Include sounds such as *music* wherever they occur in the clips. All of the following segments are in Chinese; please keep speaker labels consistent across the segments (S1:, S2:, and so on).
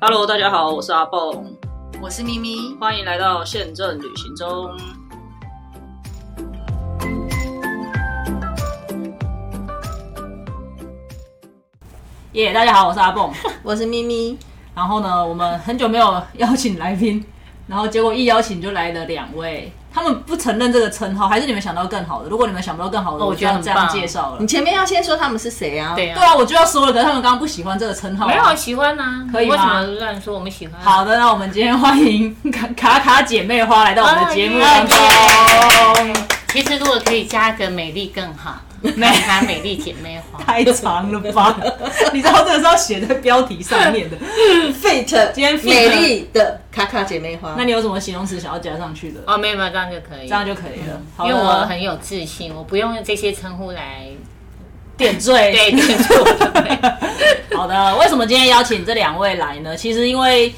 S1: Hello，大家好，我是阿蹦，
S2: 我是咪咪，
S1: 欢迎来到宪政旅行中。耶、大家好，我是阿蹦。
S2: 我是咪咪，
S1: 然后呢，我们很久没有邀请来宾，然后结果一邀请就来了两位，他们不承认这个称号，还是你们想到更好的？如果你们想不到更好的，
S3: 哦
S1: 我
S3: 我
S1: 就
S3: 觉得
S1: 要
S3: 很
S1: 这样
S3: 棒
S1: 介绍了
S2: 你。前面要先说他们是谁啊？
S3: 对
S1: 对啊，我就要说了，可是他们刚刚不喜欢这个称号啊、
S3: 没有喜欢呐、
S1: 可以吗
S3: 为什么乱说我们喜欢？，啊
S1: 好的，那我们今天欢迎卡卡卡姐妹花来到我们的节目当中。
S3: 其实如果可以加个美丽更 *laughs* 好，美她美丽姐妹
S1: *laughs*
S3: 花。
S1: 太长了吧？你知道这个是要写在标题上面的。
S2: ，Fit，
S1: 今天 fit
S2: 美丽的卡卡姐妹
S1: *laughs*
S2: 花。
S1: 那你有什么形容词想要加上去的？
S3: 哦，没有没有，这样就可以，
S1: 这样就可以了。好
S3: 因
S1: 的
S3: 为我很有自信，我不用用这些称呼来
S1: 点缀。
S3: *laughs* 对对 *laughs*
S1: *laughs*
S3: 对。
S1: 好的，为什么今天邀请这两位来呢？其实因为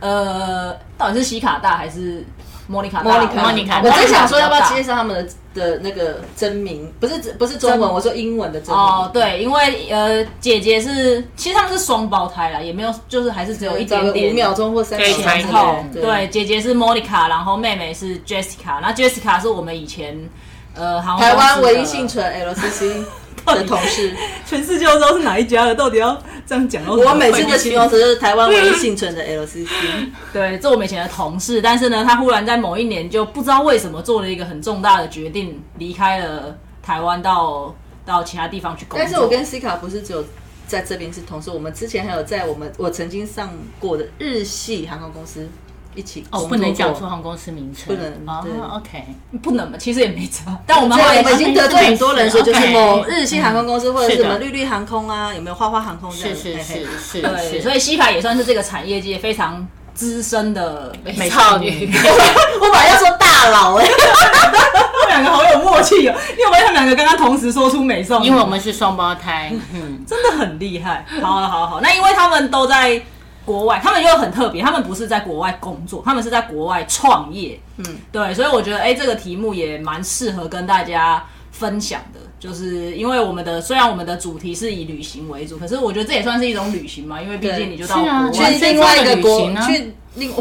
S1: 呃，到底是西卡大还是莫妮卡大？
S2: 莫妮卡，
S3: 莫妮卡
S2: 我真想说要不要
S1: 大
S2: 介绍他们的的那个真名，不是不是中文，我说英文的真名。
S1: 哦，对，因为呃，姐姐是其实他们是双胞胎啦，也没有就是还是只有一
S2: 找个
S1: 点点
S2: 五秒钟或三秒钟
S3: 对才
S2: 之类
S1: 后
S2: 的
S3: 好
S1: 对，姐姐是 Monica，然后妹妹是 Jessica，那 Jessica 是我们以前呃航空
S2: 台湾
S1: 公司的
S2: 唯一幸存
S1: *laughs*
S2: LCC 的同事，
S1: 全世界都知道是哪一家了，到底要这样讲？
S2: 我每次的形容词就是台湾唯一幸存的
S1: *laughs*
S2: LCC。
S1: 对，这我们以前的同事，但是呢，他忽然在某一年就不知道为什么做了一个很重大的决定，离开了台湾到到其他地方去工作。
S2: 但是我跟西卡不是只有在这边是同事，我们之前还有在我们我曾经上过的日系航空公司一起
S3: 哦，
S2: 工
S3: 不
S2: 作
S3: 能讲
S2: 过
S3: 出航空公司名称，
S2: 不能对
S3: 哦，OK，
S1: 不能嘛，其实也没差，但我们后
S2: 对，
S1: 来
S2: 我们已经得罪很多人，所以就是
S3: OK
S2: 某日系航空公司或者是
S3: 是的
S2: 什么绿绿航空啊，有没有花花航空这
S3: 是
S2: 样子？
S3: 是
S2: 嘿
S3: 是
S2: 嘿
S3: 是
S1: 对，
S3: 是，
S1: 所以西卡也算是这个产业界非常资深的
S3: 美少女。
S2: *laughs* 我本来要说大佬哎、
S1: 他们两个好有默契哦！你有没有他们两个刚刚同时说出美少女？
S3: 因为我们是双胞 *laughs* 胎，嗯，
S1: 真的很厉害。好啊好好好，那因为他们都在国外，他们又很特别，他们不是在国外工作，他们是在国外创业。嗯，对，所以我觉得哎、这个题目也蛮适合跟大家分享的。就是因为我们的虽然我们的主题是以旅行为主，可是我觉得这也算是一种旅行嘛，因为毕
S2: 对
S1: 竟你就到国
S3: 是啊
S1: 外，
S3: 完
S2: 去
S3: 全
S2: 另外一个
S3: 旅
S2: 国
S3: 行，啊
S2: 去另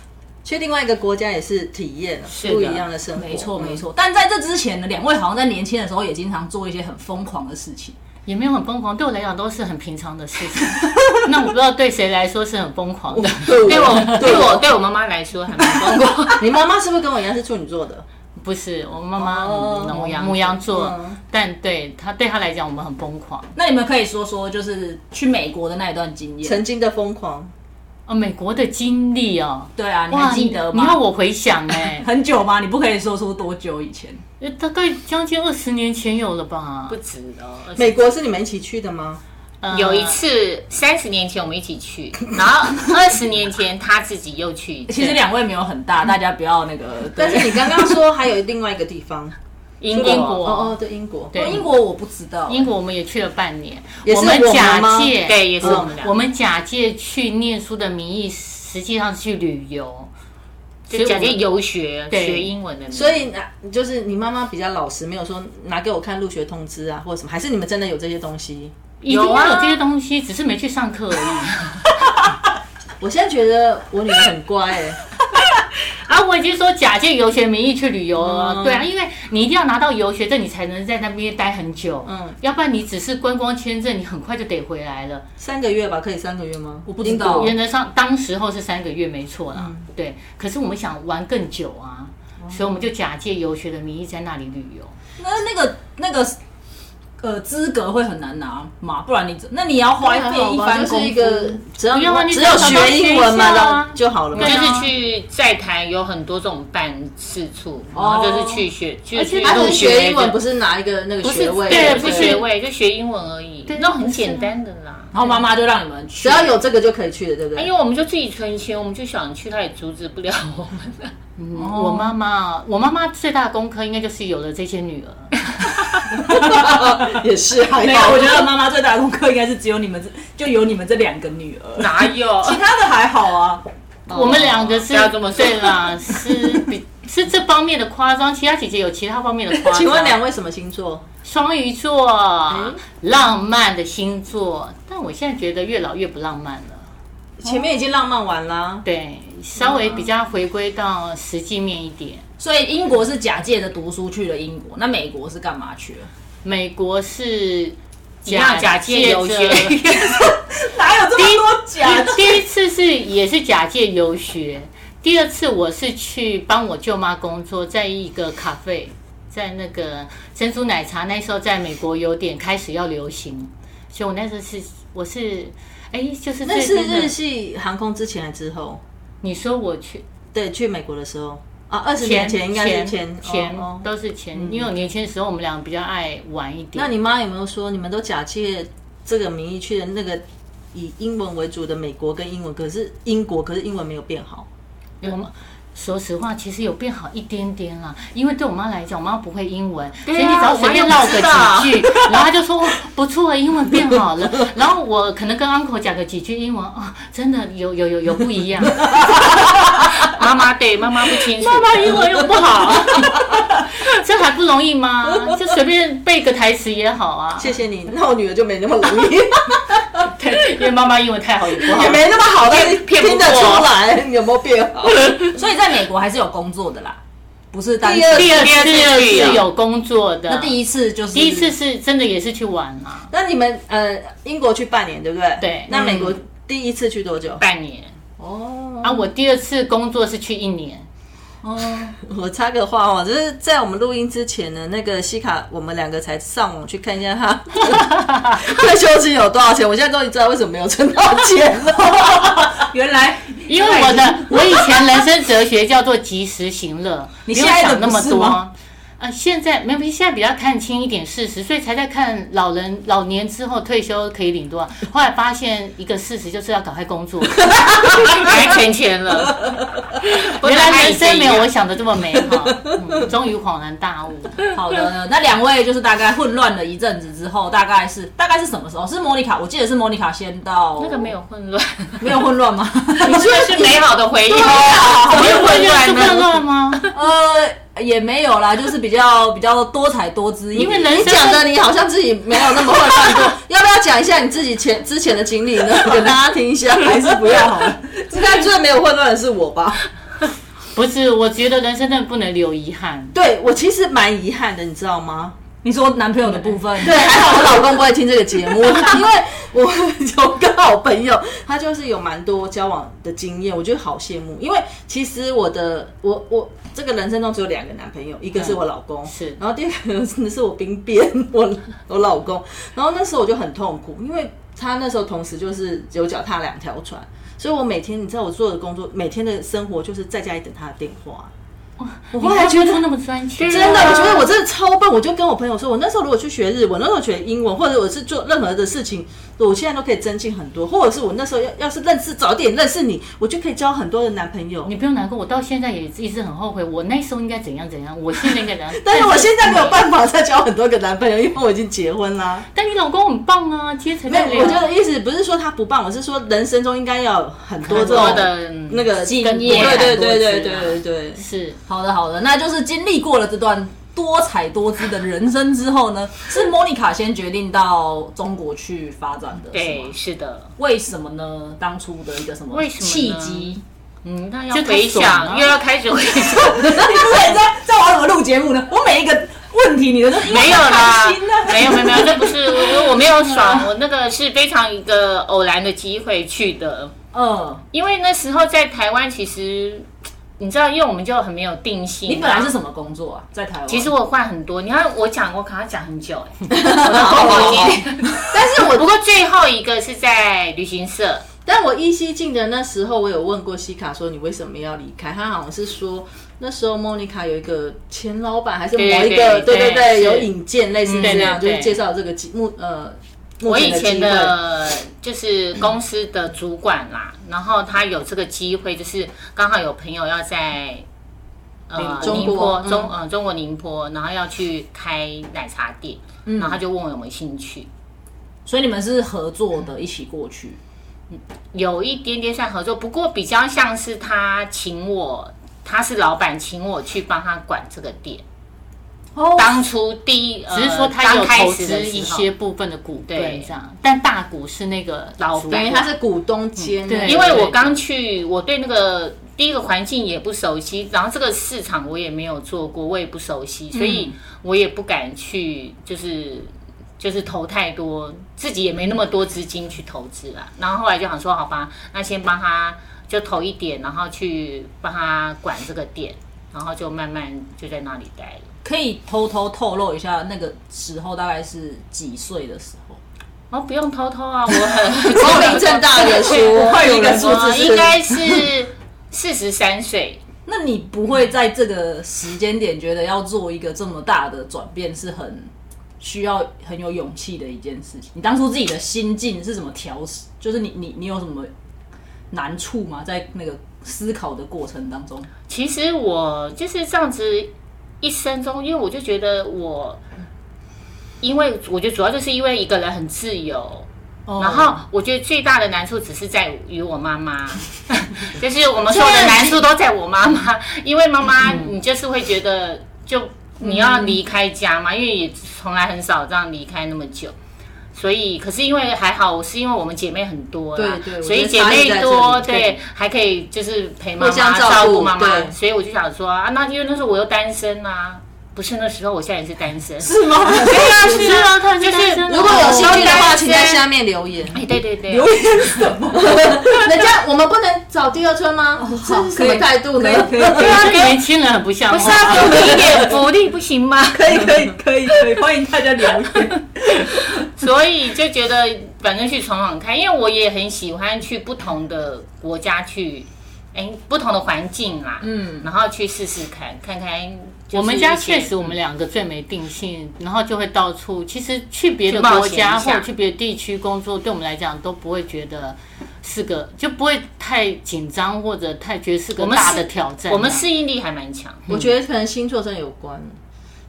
S2: *laughs* 去另外一个国家也是体验啊
S3: 是的
S2: 不一样的生活，
S1: 没错
S2: 嗯
S1: 没。错。但在这之前呢，两位好像在年轻的时候也经常做一些很疯狂的事情。
S3: 也没有很疯狂，对我来讲都是很平常的事情。 *laughs* 那我不知道对谁来说是很疯狂的，
S2: 对
S3: *laughs*
S2: 我
S3: 对我
S2: 对
S3: 对
S2: 我
S3: 我对我妈妈来说还蛮疯狂。
S2: 你妈妈是不是跟我一样是处女座的？
S3: 不是，我妈妈
S2: 哦
S3: 嗯母羊母羊座
S2: 嗯，
S3: 但对她对她来讲，我们很疯狂。
S1: 那你们可以说说，就是去美国的那一段经验。
S2: 曾经的疯狂，
S3: 哦，美国的经历哦，
S1: 对啊，你还记得
S3: 你要
S1: 吗？，
S3: 我回想
S1: *laughs*
S3: 哎
S1: 很久吗？你不可以说出多久以前？
S3: 呃大概将近二十年前有了吧？
S4: 止哦。
S2: 美国是你们一起去的吗？
S3: 呃
S4: 有一次三十年前我们一起去，然后二十年前他自己又去一
S1: 其实
S4: 次
S1: 两位没有很大，大家不要那个。
S2: 嗯但是
S1: 对
S2: 你
S4: *laughs*
S2: 刚刚说还有另外一个地方，
S3: 英
S4: 英
S3: 国
S4: 国
S2: 哦哦，对，英国，
S3: 对
S1: 英国我不知道，
S3: 英国我们也去了半年，
S2: 也是
S3: 们
S2: 我们
S3: 假
S2: 吗
S3: 借嗯
S4: 对也是我们俩
S3: 我们假借去念书的名义，实际上是去旅游，
S4: 就
S3: 所以
S4: 讲些
S3: 我们
S4: 游学
S3: 对
S4: 学英文的名字，
S2: 所以拿就是你妈妈比较老实，没有说拿给我看入学通知啊，或者什么，还是你们真的有这些东西？
S3: 一定
S4: 有啊
S3: 要有这些东西，只是没去上课而已。
S2: 我现在觉得我女儿很乖哎、
S3: 啊，我已经说假借游学名义去旅游了，
S2: 嗯
S3: 对啊，因为你一定要拿到游学证，你才能在那边待很久，
S2: 嗯
S3: 嗯，要不然你只是观光签证，你很快就得回来了。
S2: 三个月吧，可以三个月吗？
S1: 我不知道哦
S3: 原则上当时候是三个月没错啦，对。可是我们想玩更久啊，所以我们就假借游学的名义在那里旅游。
S1: 那那个那个呃资格会很难拿嘛，不然你怎那你要花费一番
S2: 就是
S1: 功
S2: 一个
S1: 夫。
S2: 只要
S3: 不用啊你
S2: 只
S3: 只
S2: 有
S3: 要找到
S2: 学英文嘛
S3: 学校啊
S2: 然后就好了嘛
S4: 就。
S3: 对
S4: 是
S3: 啊
S4: 去在台有很多这种办事处，然后就是去学，就
S3: 而
S4: 去
S3: 且
S2: 他
S3: 它
S4: 入
S2: 是学英文，不
S4: 的
S2: 是拿一个那个
S4: 不
S2: 学
S4: 是
S2: 位，
S4: 对，
S3: 不
S4: 不
S3: 是
S4: 是学位，就学英文而已，
S3: 对
S4: 那种很
S3: 不是啊
S4: 简单的啦。
S1: 然后妈妈就让你们去，
S2: 只要有这个就可以去了，对不
S4: 啊
S3: 哎
S2: 对？
S4: 因为我们就自己存钱，我们就想去，他也阻止不了我们。
S3: *laughs*
S4: 哦
S3: 嗯我妈妈，我妈妈最大的功课应该就是有了这些女儿。
S2: *laughs* 也是还
S1: 没有，
S2: 好，
S1: 哎我觉得妈妈最大的功课应该是只有你们这就有你们这两个女儿，
S4: 哪
S3: *laughs*
S4: 有？
S1: 其他的还好啊。
S3: 我们两个是
S4: 哎哦不要这么说
S3: 对啦，是比是这方面的夸张，其他姐姐有其他方面的夸张。
S2: *laughs* 请问两位什么星座？
S3: 双鱼座，
S4: 嗯
S3: 浪漫的星座，但我现在觉得越老越不浪漫了。
S2: 前面已经浪漫完啦，
S3: 对，稍
S4: 嗯
S3: 微比较回归到实际面一点。
S1: 所以英国是假借着读书去了英国，那美国是干嘛去了？
S3: 美国是
S4: 一样假借游学，
S1: 哪有这么多假？
S3: *laughs* 第一次是也是假借游学，第二次我是去帮我舅妈工作，在一个咖啡，在那个珍珠奶茶，那时候在美国有点开始要流行，所以我那时候是我是哎，就是
S2: 那
S3: 这
S2: 是
S3: 边的
S2: 日系航空之前还是之后？
S3: 你说我去
S2: 对，去美国的时候啊，二十年前应该是前
S3: 前
S2: 哦哦
S3: 都是前，因为我年轻的时候我们俩比较爱玩一点。
S2: 那你妈有没有说你们都假借这个名义去的那个以英文为主的美国跟英文？可是英国，可是英文没有变好。
S3: 我们说实话，其实有变好一点点啦，因为对我妈来讲，我妈不会英文，所
S4: 对
S3: 以
S4: 啊
S3: 你只要随便唠个几句， *laughs* 然后她就说哦不错，英文变好了。然后我可能跟 uncle 讲个几句英文啊、真的有有有有不一样，
S4: 妈妈对妈妈不清楚，妈
S3: 妈英文又不好， *laughs* 这还不容易吗？就随便背个台词也好啊。
S2: *laughs* 谢谢你，那我女儿就没那么容
S4: *laughs*
S2: 易，也
S3: 对，因为妈妈英文太好也不好。
S2: 没那么好，但是
S4: *laughs* 骗
S2: 听得
S4: 不过
S2: 出来有没有变
S4: *laughs*
S2: 好。
S1: 所以在美国还是有工作的啦，不是单
S2: *laughs* 第二
S3: 第二次
S4: 第二次去啊
S3: 是有工作的，
S1: 那第一次就是
S3: 第一次是真的也是去玩啊，
S2: 那你们呃，英国去半年对不对？
S3: 对
S2: 那美
S4: 嗯
S2: 国第一次去多久？ *laughs*
S4: 半年，
S2: 哦，
S3: 啊，我第二次工作是去一年。
S1: 哦，
S2: 我插个话哦，就是在我们录音之前呢，那个西卡我们两个才上网去看一下他 *laughs* 退休金有多少钱。我现在终于知道为什么没有存到钱了。
S1: 啊原来 *laughs*
S3: 因为我的我以前人生哲学叫做及时行乐，
S1: *laughs* 你
S3: 不用
S1: 现在的
S3: 想那么
S1: 不是
S3: 多
S1: 吗。
S3: 啊，现在没有，现在比较看清一点事实，所以才在看老人老年之后退休可以领多少。后来发现一个事实就是要赶快
S1: *laughs*
S3: 工作，
S4: 还钱
S3: *laughs*
S4: 钱了。
S3: 原来人生没有
S4: 我
S3: 我想的这么美好，嗯终于恍然大悟。
S1: 好的呢，那两位就是大概混乱了一阵子之后，大概是大概是什么时候？是莫妮卡，我记得是莫妮卡先到
S4: 那个没有混乱，
S1: 没有混乱吗？
S4: *laughs* 你说是美好的回忆，
S1: 啊
S4: 怎么有混
S3: 是
S4: 乱
S3: 混
S4: 呢？
S3: 乱吗？
S1: *laughs* 呃，也没有啦，就是比较比较多才多姿一点，
S3: 因为人
S2: *laughs* 你
S3: 生
S2: 讲的你好像自己没有那么混乱 *laughs* 过，要不要讲一下你自己前之前的经历 *laughs* 呢？给大家听一下，还是不要 *laughs* 好了。应该最没有混乱的是我吧？
S3: 不是，我觉得人生真的不能留遗憾。
S2: 对我其实蛮遗憾的，你知道吗？
S1: 你说男朋友的部分，
S2: *laughs* 对，还好我老公不会听这个节目，因 *laughs* 为我有个好朋友，他就是有蛮多交往的经验，我觉得好羡慕。因为其实我的我我这个人生中只有两个男朋友，一个是我老公，
S3: 是
S2: 然后第二个真的是我兵变， *laughs* 我我老公。然后那时候我就很痛苦，因为他那时候同时就是有脚踏两条船，所以我每天你知道我做的工作，每天的生活就是在家里等他的电话。我后来
S3: 你
S2: 觉得啊
S3: 当初那么专情，
S2: 真的，我觉得我真的超笨。我就跟我朋友说，我那时候如果去学日文，那时候学英文，或者我是做任何的事情，我现在都可以增进很多。或者是我那时候要要是认识早点认识你，我就可以交很多的男朋友
S3: 你。不用难过，我到现在也一直很后悔，我那时候应该怎样怎样，我现在应该怎样
S2: *laughs* 。但是我现在没有办法再交很多个男朋友，因为我已经结婚啦。
S3: 但你老公很棒啊，今天才
S2: 没
S3: 在聊。
S2: 有，我觉得意思不是说他不棒，我是说人生中应该要有很多这种
S4: 多的
S2: 那个
S1: 经
S2: 跟
S1: 验
S2: 对
S3: 多
S2: 对对对
S3: 姿啊
S2: 对对对。
S3: 是
S1: 好的好的，那就是经历过了这段多彩多姿的人生之
S5: *laughs*
S1: 后呢，是莫妮卡先决定到中国去发展的，是
S4: 对，
S1: 吗？
S4: 是的，
S1: 为什么呢？当初的一个什么
S3: 为什么呢
S1: 契机？ *laughs*
S4: 嗯，那要
S3: 就太
S4: 回
S3: 爽了
S2: 啊
S4: 想，又要开
S2: *laughs*
S4: 始回想，
S1: 你不是也在在玩我录节目呢？我每一个问题你的都
S4: 没有啦
S1: 开心啊，
S4: 没有没有没有，这不是我我没有爽，我那个是非常一个偶然的机会去的，
S1: 嗯，
S4: 因为那时候在台湾其实。你知道，因为我们就很没有定性。啊
S1: 你本来是什么工作啊？在台湾？
S4: 其实我换很多，你看我讲，我可能要讲很久
S2: *laughs*
S4: 哎、
S2: 好好好
S4: 但是我不过最后一个是在旅行社，
S2: 但我依稀记得那时候，我有问过西卡说你为什么要离开？他好像是说那时候莫妮卡有一个前老板还是某一个，
S4: 对对
S2: 对
S4: 对
S2: 对对，
S4: 是
S2: 有引荐类似这样，
S4: 对
S2: 就
S4: 对
S2: 是
S4: 对
S2: 介绍这个机目呃，目呃
S4: 我以前
S2: 机会
S4: 的就是公司的主管啦，然后他有这个机会，就是刚好有朋友要在呃
S2: 中
S4: 宁波
S2: 国嗯
S4: 中呃中国宁波，然后要去开奶茶店，
S2: 嗯
S4: 然后他就问我有没有兴趣，
S1: 所以你们是合作的，一起过去。
S4: 有一点点算合作，不过比较像是他请我，他是老板请我去帮他管这个店。
S1: 哦
S3: 当初第一，呃
S5: 只是说他有
S3: 刚开
S5: 投
S3: 始的
S5: 资
S3: 时候
S5: 一些部分的股份
S3: 对
S5: 这样，但大股是那个
S3: 老
S5: 主
S3: 板
S2: 因为哎他是股东兼，
S4: 嗯
S5: 对
S3: 因为我刚去，我对那个第一个环境也不熟悉，然后这个市场我也没有做过，我也不熟悉，所
S5: 嗯
S3: 以我也不敢去，就是就是投太多，自己也没那么多资金去投资啦。然后后来就想说，好吧，那先帮他就投一点，然后去帮他管这个店，然后就慢慢就在那里待了。
S1: 可以偷偷透露一下那个时候大概是几岁的时候？
S3: 哦，不用偷偷啊，我很
S2: 光明正大的说，
S1: 会
S2: 一
S1: 有
S2: 个
S1: 人
S2: 数字
S3: *laughs* 我
S2: 是
S3: 应该是四十三岁。
S1: 那你不会在这个时间点觉得要做一个这么大的转变是很需要很有勇气的一件事情？你当初自己的心境是怎么调？就是你你你有什么难处吗？在那个思考的过程当中，
S3: 其实我就是这样子，一生中，因为我就觉得我，因为我觉得主要就是因为一个人很自由。
S2: 哦
S3: 然后我觉得最大的难处只是在于我妈
S2: *laughs*
S3: 妈，就是我们所有的难处都在我妈妈，因为妈妈
S2: 嗯
S3: 你就是会觉得就你要离开家嘛，因为也从来很少这样离开那么久，所以可是因为还好，我是因为我们姐妹很多啦，
S2: 对对我
S3: 所
S2: 觉
S3: 以
S2: 得
S3: 姐
S2: 差异
S3: 妹
S2: 在这
S3: 多，
S2: 里
S3: 对
S2: 对，
S3: 还可以就是陪妈
S2: 互相
S3: 妈
S2: 照顾
S3: 照顾妈妈
S2: 对，
S3: 所以我就想说啊，那因为那时候我又单身啊，不是那时候，我现在也是单身，
S1: 是吗？
S3: 对啊，是
S5: 啊他是
S3: 就
S5: 单
S3: 是
S5: 身啊
S2: 如果有兴趣的话，
S3: 单身
S2: 请在下面留
S1: *laughs*
S2: 言。
S3: 哎，对对对，
S1: 留言什么？
S2: 人家我们不能找第二春吗？这是什么态度呢？
S1: 可以可以
S5: 对啊，年轻人很不像
S3: 不是
S5: 话。
S3: 啊，给我一点福利不行吗？
S1: 可以可以可以可以，欢迎大家留言。
S5: *laughs*
S3: 所以就觉得反正去闯闯看，因为我也很喜欢去不同的国家去，哎，不同的环境啦，嗯，然后去试试看，看看。就是
S5: 我们家
S3: 一些
S5: 确实，我们两个最没定性，然后就会到处。其实去别的
S3: 去冒
S5: 国家
S3: 险一
S5: 或
S3: 下
S5: 者去别的地区工作，对我们来讲都不会觉得是个，就不会太紧张或者太觉得是个
S3: 我们
S5: 大
S3: 是
S5: 的挑战。啊
S3: 我们适应力还蛮强。
S2: 我觉得可能星座真的有关。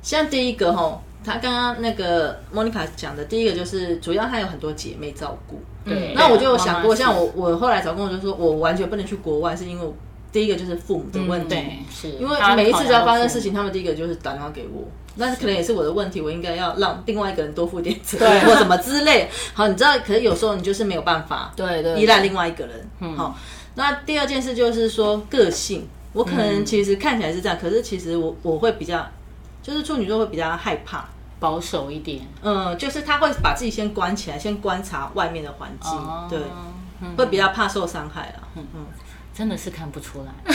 S2: 像第一个吼，他刚刚那个莫妮卡讲的第一个就是，主要她有很多姐妹照顾。
S3: 对，
S2: 那我就有想过，
S5: 妈妈是
S2: 像我我后来找工作，就是说我完全不能去国外，是因为我第一个就是父母的问题，
S5: 嗯对
S3: 是
S2: 因为每一次只要发生事情，他们第一个就是打电话给我。但是可能也是我的问题，我应该要让另外一个人多负点责任或什么之类。好，你知道，可是有时候你就是没有办法，
S1: *laughs* 对对
S2: 依赖另外一个人。
S5: 嗯
S2: 好，那第二件事就是说个性，我可
S5: 嗯
S2: 能其实看起来是这样，可是其实我我会比较，就是处女座会比较害怕，
S5: 保守一点。
S2: 嗯，就是他会把自己先关起来，先观察外面的环境，
S5: 哦
S2: 对，
S5: 嗯
S2: 会比较怕受伤害啊。嗯嗯，
S5: 真的是看不出来。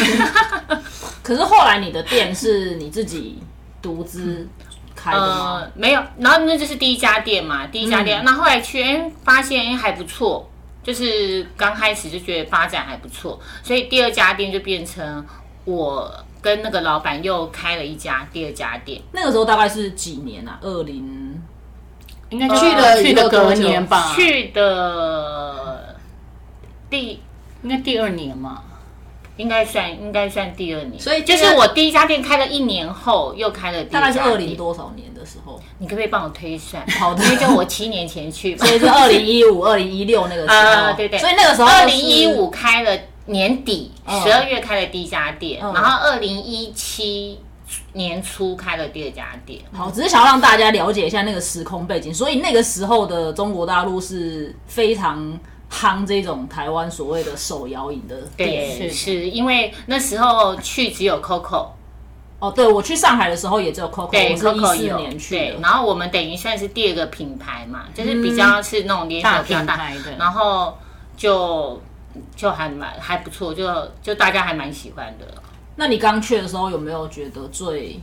S1: 可是后来你的店是你自己独资开的
S2: 嗯
S1: 吗？嗯
S3: 呃，没有，然后那就是第一家店嘛，第一家店。那、后来去，哎，发现哎还不错，就是刚开始就觉得发展还不错，所以第二家店就变成我跟那个老板又开了一家第二家店。
S1: 那个时候大概是几年啊？二零
S5: 应该
S2: 去了
S5: 去
S2: 以后
S5: 的隔
S2: 多久
S5: 年
S1: 啊
S5: 吧，
S3: 去的第
S5: 应该第二年嘛。
S3: 应该算应该算第二年，
S2: 所以
S3: 就
S2: 第
S3: 是
S2: 二
S3: 我第一家店开了一年后，又开了第
S1: 大
S3: 二
S1: 概是
S3: 家
S1: 二零
S3: 店。
S1: 多少年的时 *laughs* 候？
S3: 你可不可以帮我推算？
S1: 好的
S3: 因为就我七年前去嘛，
S1: 所以是二零一五、二零一六那个时候，
S3: 呃，对对，
S1: 所以那个时候
S3: 二零一五开了年底，
S1: 嗯
S3: 十二月开了第一家店，
S1: 嗯
S3: 然后二零一七年初开了第二家店。
S1: 好，只是想要让大家了解一下那个时空背景，所以那个时候的中国大陆是非常夯这种台湾所谓的手摇饮的店。
S3: 对，
S5: 是
S3: 是因为那时候去只有 COCO，
S1: 哦，对我去上海的时候也只有 COCO，
S3: 对
S1: 我是一
S3: COCO
S1: 四
S3: 有
S1: 年，去
S3: 对，
S1: 的。嗯
S3: 然后我们等于算是第二个品牌嘛，就是比较是那种连锁比较
S5: 大品牌的
S3: 然后就就还蛮还不错，就就大家还蛮喜欢的。
S1: 那你刚去的时候有没有觉得最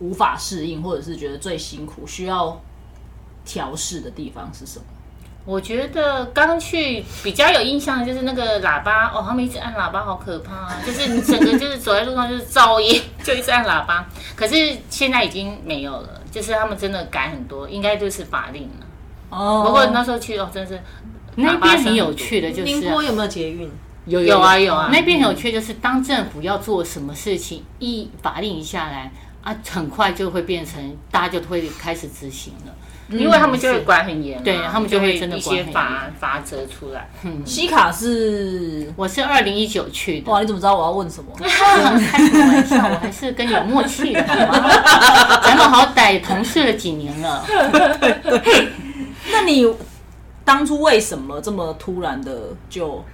S1: 无法适应，或者是觉得最辛苦、需要调试的地方是什么？
S3: 我觉得刚去比较有印象的就是那个喇叭哦，他们一直按喇叭，好可怕啊！就是你整个就是走在路上就是噪音， *laughs* 就一直按喇叭。可是现在已经没有了，就是他们真的改很多，应该就是法令了。
S1: 哦，
S3: 不过那时候去哦，真是
S5: 那边很有趣的就是啊
S2: 宁波有没有捷运？
S5: 有
S3: 有啊有啊
S5: 那边很有趣，就是当政府要做什么事情，一法令一下来啊，很快就会变成大家就会开始执行了。
S3: 嗯
S4: 因为他们就会管很严嘛，
S3: 对他们啊就会真的
S4: 一
S3: 管
S4: 些
S3: 很
S4: 法法则出来。
S1: 西卡是
S3: 我是二零一九去的，
S1: 哇，你怎么知道我要问什
S3: *laughs*
S1: 么？
S3: 开什么玩笑？我还是跟你有默契的，好吗？咱们好歹同事了几年了。
S1: 那你当初为什么这么突然的就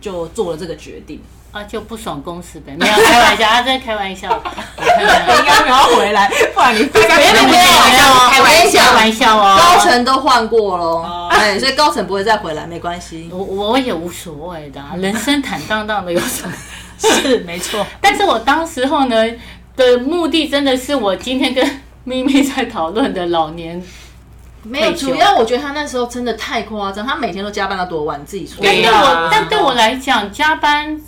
S1: 就做了这个决
S3: *laughs*
S1: 定？
S3: 啊，就不爽公司呗，没有开玩笑，他在开玩笑，
S1: 应该没有要回来，不然你
S4: 大
S3: *laughs*
S4: 家
S3: 没有没有没有，
S4: 开玩笑，
S3: 玩笑哦。
S2: 高层都换过
S5: 哦
S2: 喽，哎，所以高层不会再回来，没
S5: *laughs*
S2: 关系。
S3: 我我也无所谓的啊、人生坦荡荡的有什么？
S1: 是没错。
S3: 但是我当时候呢的目的真的是我今天跟咪咪在讨论的老年，
S2: 没有，
S3: 退休
S2: 主要我觉得他那时候真的太夸张，他每天都加班到多晚，自己说。
S3: 但
S4: 对
S3: 对
S4: 呀
S3: 我但对我来讲加班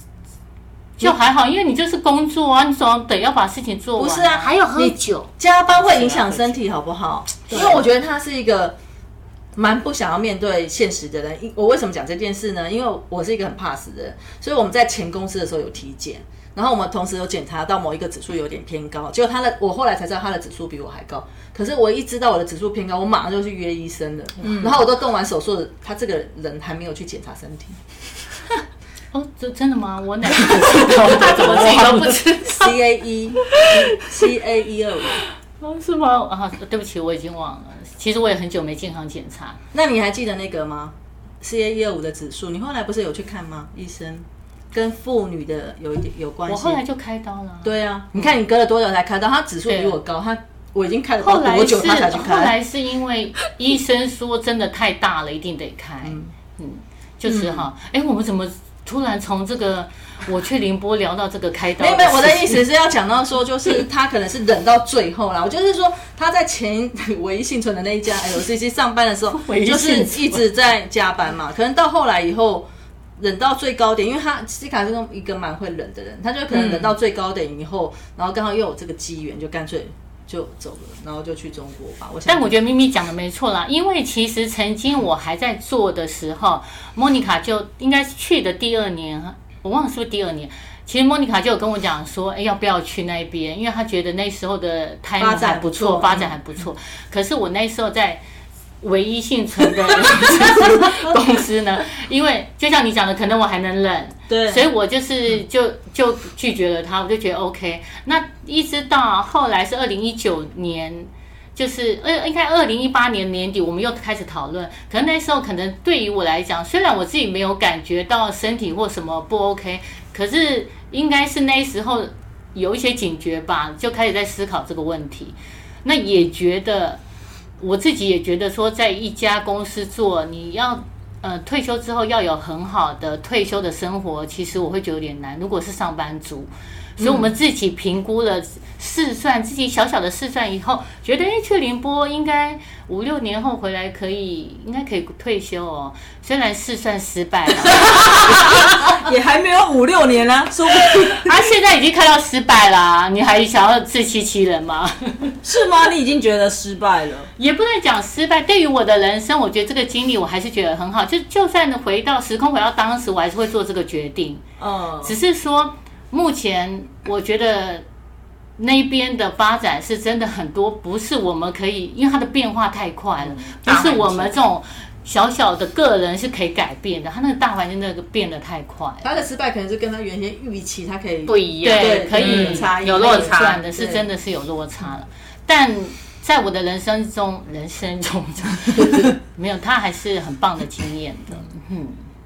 S3: 就还好，因为你就是工作啊，你总得要把事情做完。
S2: 不是啊，
S4: 还有喝酒，
S2: 加班会影响身体，好不好？因为我觉得他是一个蛮不想要面对现实的人。因我为什么讲这件事呢？因为我是一个很怕死的人，所以我们在前公司的时候有体检，然后我们同时有检查到某一个指数有点偏高，结果他的我后来才知道他的指数比我还高。可是我一知道我的指数偏高，我马上就去约医生了。然后我都动完手术了，他这个人还没有去检查身体。
S3: 哦，这真的吗？ *laughs* 我哪知道？他怎么自己都不知
S2: *laughs*
S3: 道
S2: C A 一 C A 一二五，
S3: 哦是吗？啊，对不起，我已经忘了。其实我也很久没健康检查，
S2: 那你还记得那个吗？C A 一二五的指数，你后来不是有去看吗？医生跟妇女的有一点有关
S3: 我
S2: 系
S3: 后。来就开刀了。
S2: 对啊，你看你隔了多久才开到？他指数比我高，他我已经开了不知
S3: 后
S2: 道
S3: 来
S2: 多
S3: 是
S2: 久他才去
S3: 后
S2: 开？
S3: 来是因为医生说真的太大了，一定得开，嗯，就只
S2: 嗯
S3: 好。哎、我们怎么突然从这个我去宁波聊到这个开刀？
S2: 没有没有，我的意，思是要讲到
S1: *laughs*
S2: 说，就是他可能是忍到最后啦。我就是说，他在前唯一 *laughs* 幸存的那一家 LCC 上班的时候，
S3: 唯一
S2: 就是
S3: 幸存
S2: 一直在加班嘛。可能到后来以后，忍到最高点，因为他西卡是一个蛮会忍的人，他就可能忍到最高点以后，然后刚好又有这个机缘，就干脆就走了，然后就去中国吧。我想，
S3: 但我觉得咪咪讲的没错啦，因为其实曾经我还在做的时候，莫妮卡就应该是去的第二年，我忘了是不是第二年。其实莫妮卡就有跟我讲说，哎，要不要去那边？因为她觉得那时候的胎
S2: 发展
S3: 还不错，
S2: 不错嗯
S3: 发展还不错。可是我那时候在唯一幸存
S2: *laughs*
S3: 的 *laughs* 就是公司呢，因为就像你讲的，可能我还能忍，
S2: 对 *laughs*
S3: 所以我就是就就拒绝了他，我就觉得 OK。那一直到后来是二零一九年，就是呃应该二零一八年年底，我们又开始讨论。可能那时候可能对于我来讲，虽然我自己没有感觉到身体或什么不 OK，可是应该是那时候有一些警觉吧，就开始在思考这个问题。那也觉得我自己也觉得说，在一家公司做，你要呃退休之后要有很好的退休的生活，其实我会觉得有点难。如果是上班族，所以我们自己评估了试算，自己小小的试算以后，觉得哎去宁波应该五六年后回来可以，应该可以退休哦。虽然试算失败了。 *laughs*
S1: 也还没有五六年呢、
S2: 啊
S1: 说不定
S3: 他啊现在已经看到失败啦、你还想要自欺欺人吗？ *laughs*
S1: 是吗？你已经觉得失败了，
S3: 也不能讲失败。对于我的人生，我觉得这个经历我还是觉得很好。就就算回到时空回到当时，我还是会做这个决定。
S1: 嗯，
S3: 只是说，目前我觉得那边的发展是真的很多，不是我们可以，因为它的变化太快了，不
S4: 大环
S3: 是
S4: 境
S3: 我们这种小小的个人是可以改变的。它那个大环境那个变得太快了。
S2: 他的失败可能是跟他原先预期他可以
S4: 不一样，
S3: 对，
S2: 对
S3: 可以
S2: 有差异
S3: 有落
S4: 落
S3: 差
S4: 差
S2: *laughs*
S3: 的是
S2: 对
S3: 真的是有落差了，但。在我的人生中，人生中 *laughs* 没有，他还是很棒的经验的。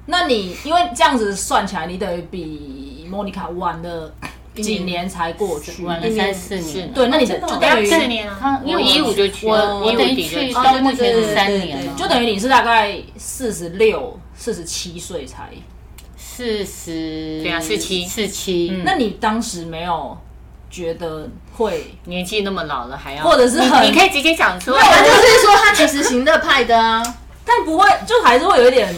S1: 那你因为这样子算起来，你等于比莫妮卡晚了几年才过去。
S3: 玩了三四年了，
S1: 对，那你
S2: 哦真的哦
S1: 就
S4: 要
S1: 等于
S4: 四年啊
S3: 他，因
S4: 我
S3: 为
S4: 一五就去了，
S3: 我我
S4: 一五
S3: 等于
S4: 底就
S3: 去
S4: 去
S2: 哦
S3: 到
S2: 对
S3: 目前
S2: 对
S3: 是
S2: 对
S3: 三
S2: 对
S3: 年了，
S2: 对
S1: 就等于你是大概四十六、四十七岁才。
S3: 四十，
S4: 对啊47
S3: 四七。
S1: 那你当时没有觉得会，
S4: 年纪那么老了还要，
S1: 或者是很
S4: 你可以直接讲出
S2: 他
S4: 来，
S2: 就是说他其实行乐派的
S3: *laughs*
S2: 啊，
S1: 但不会，就还是会有一点，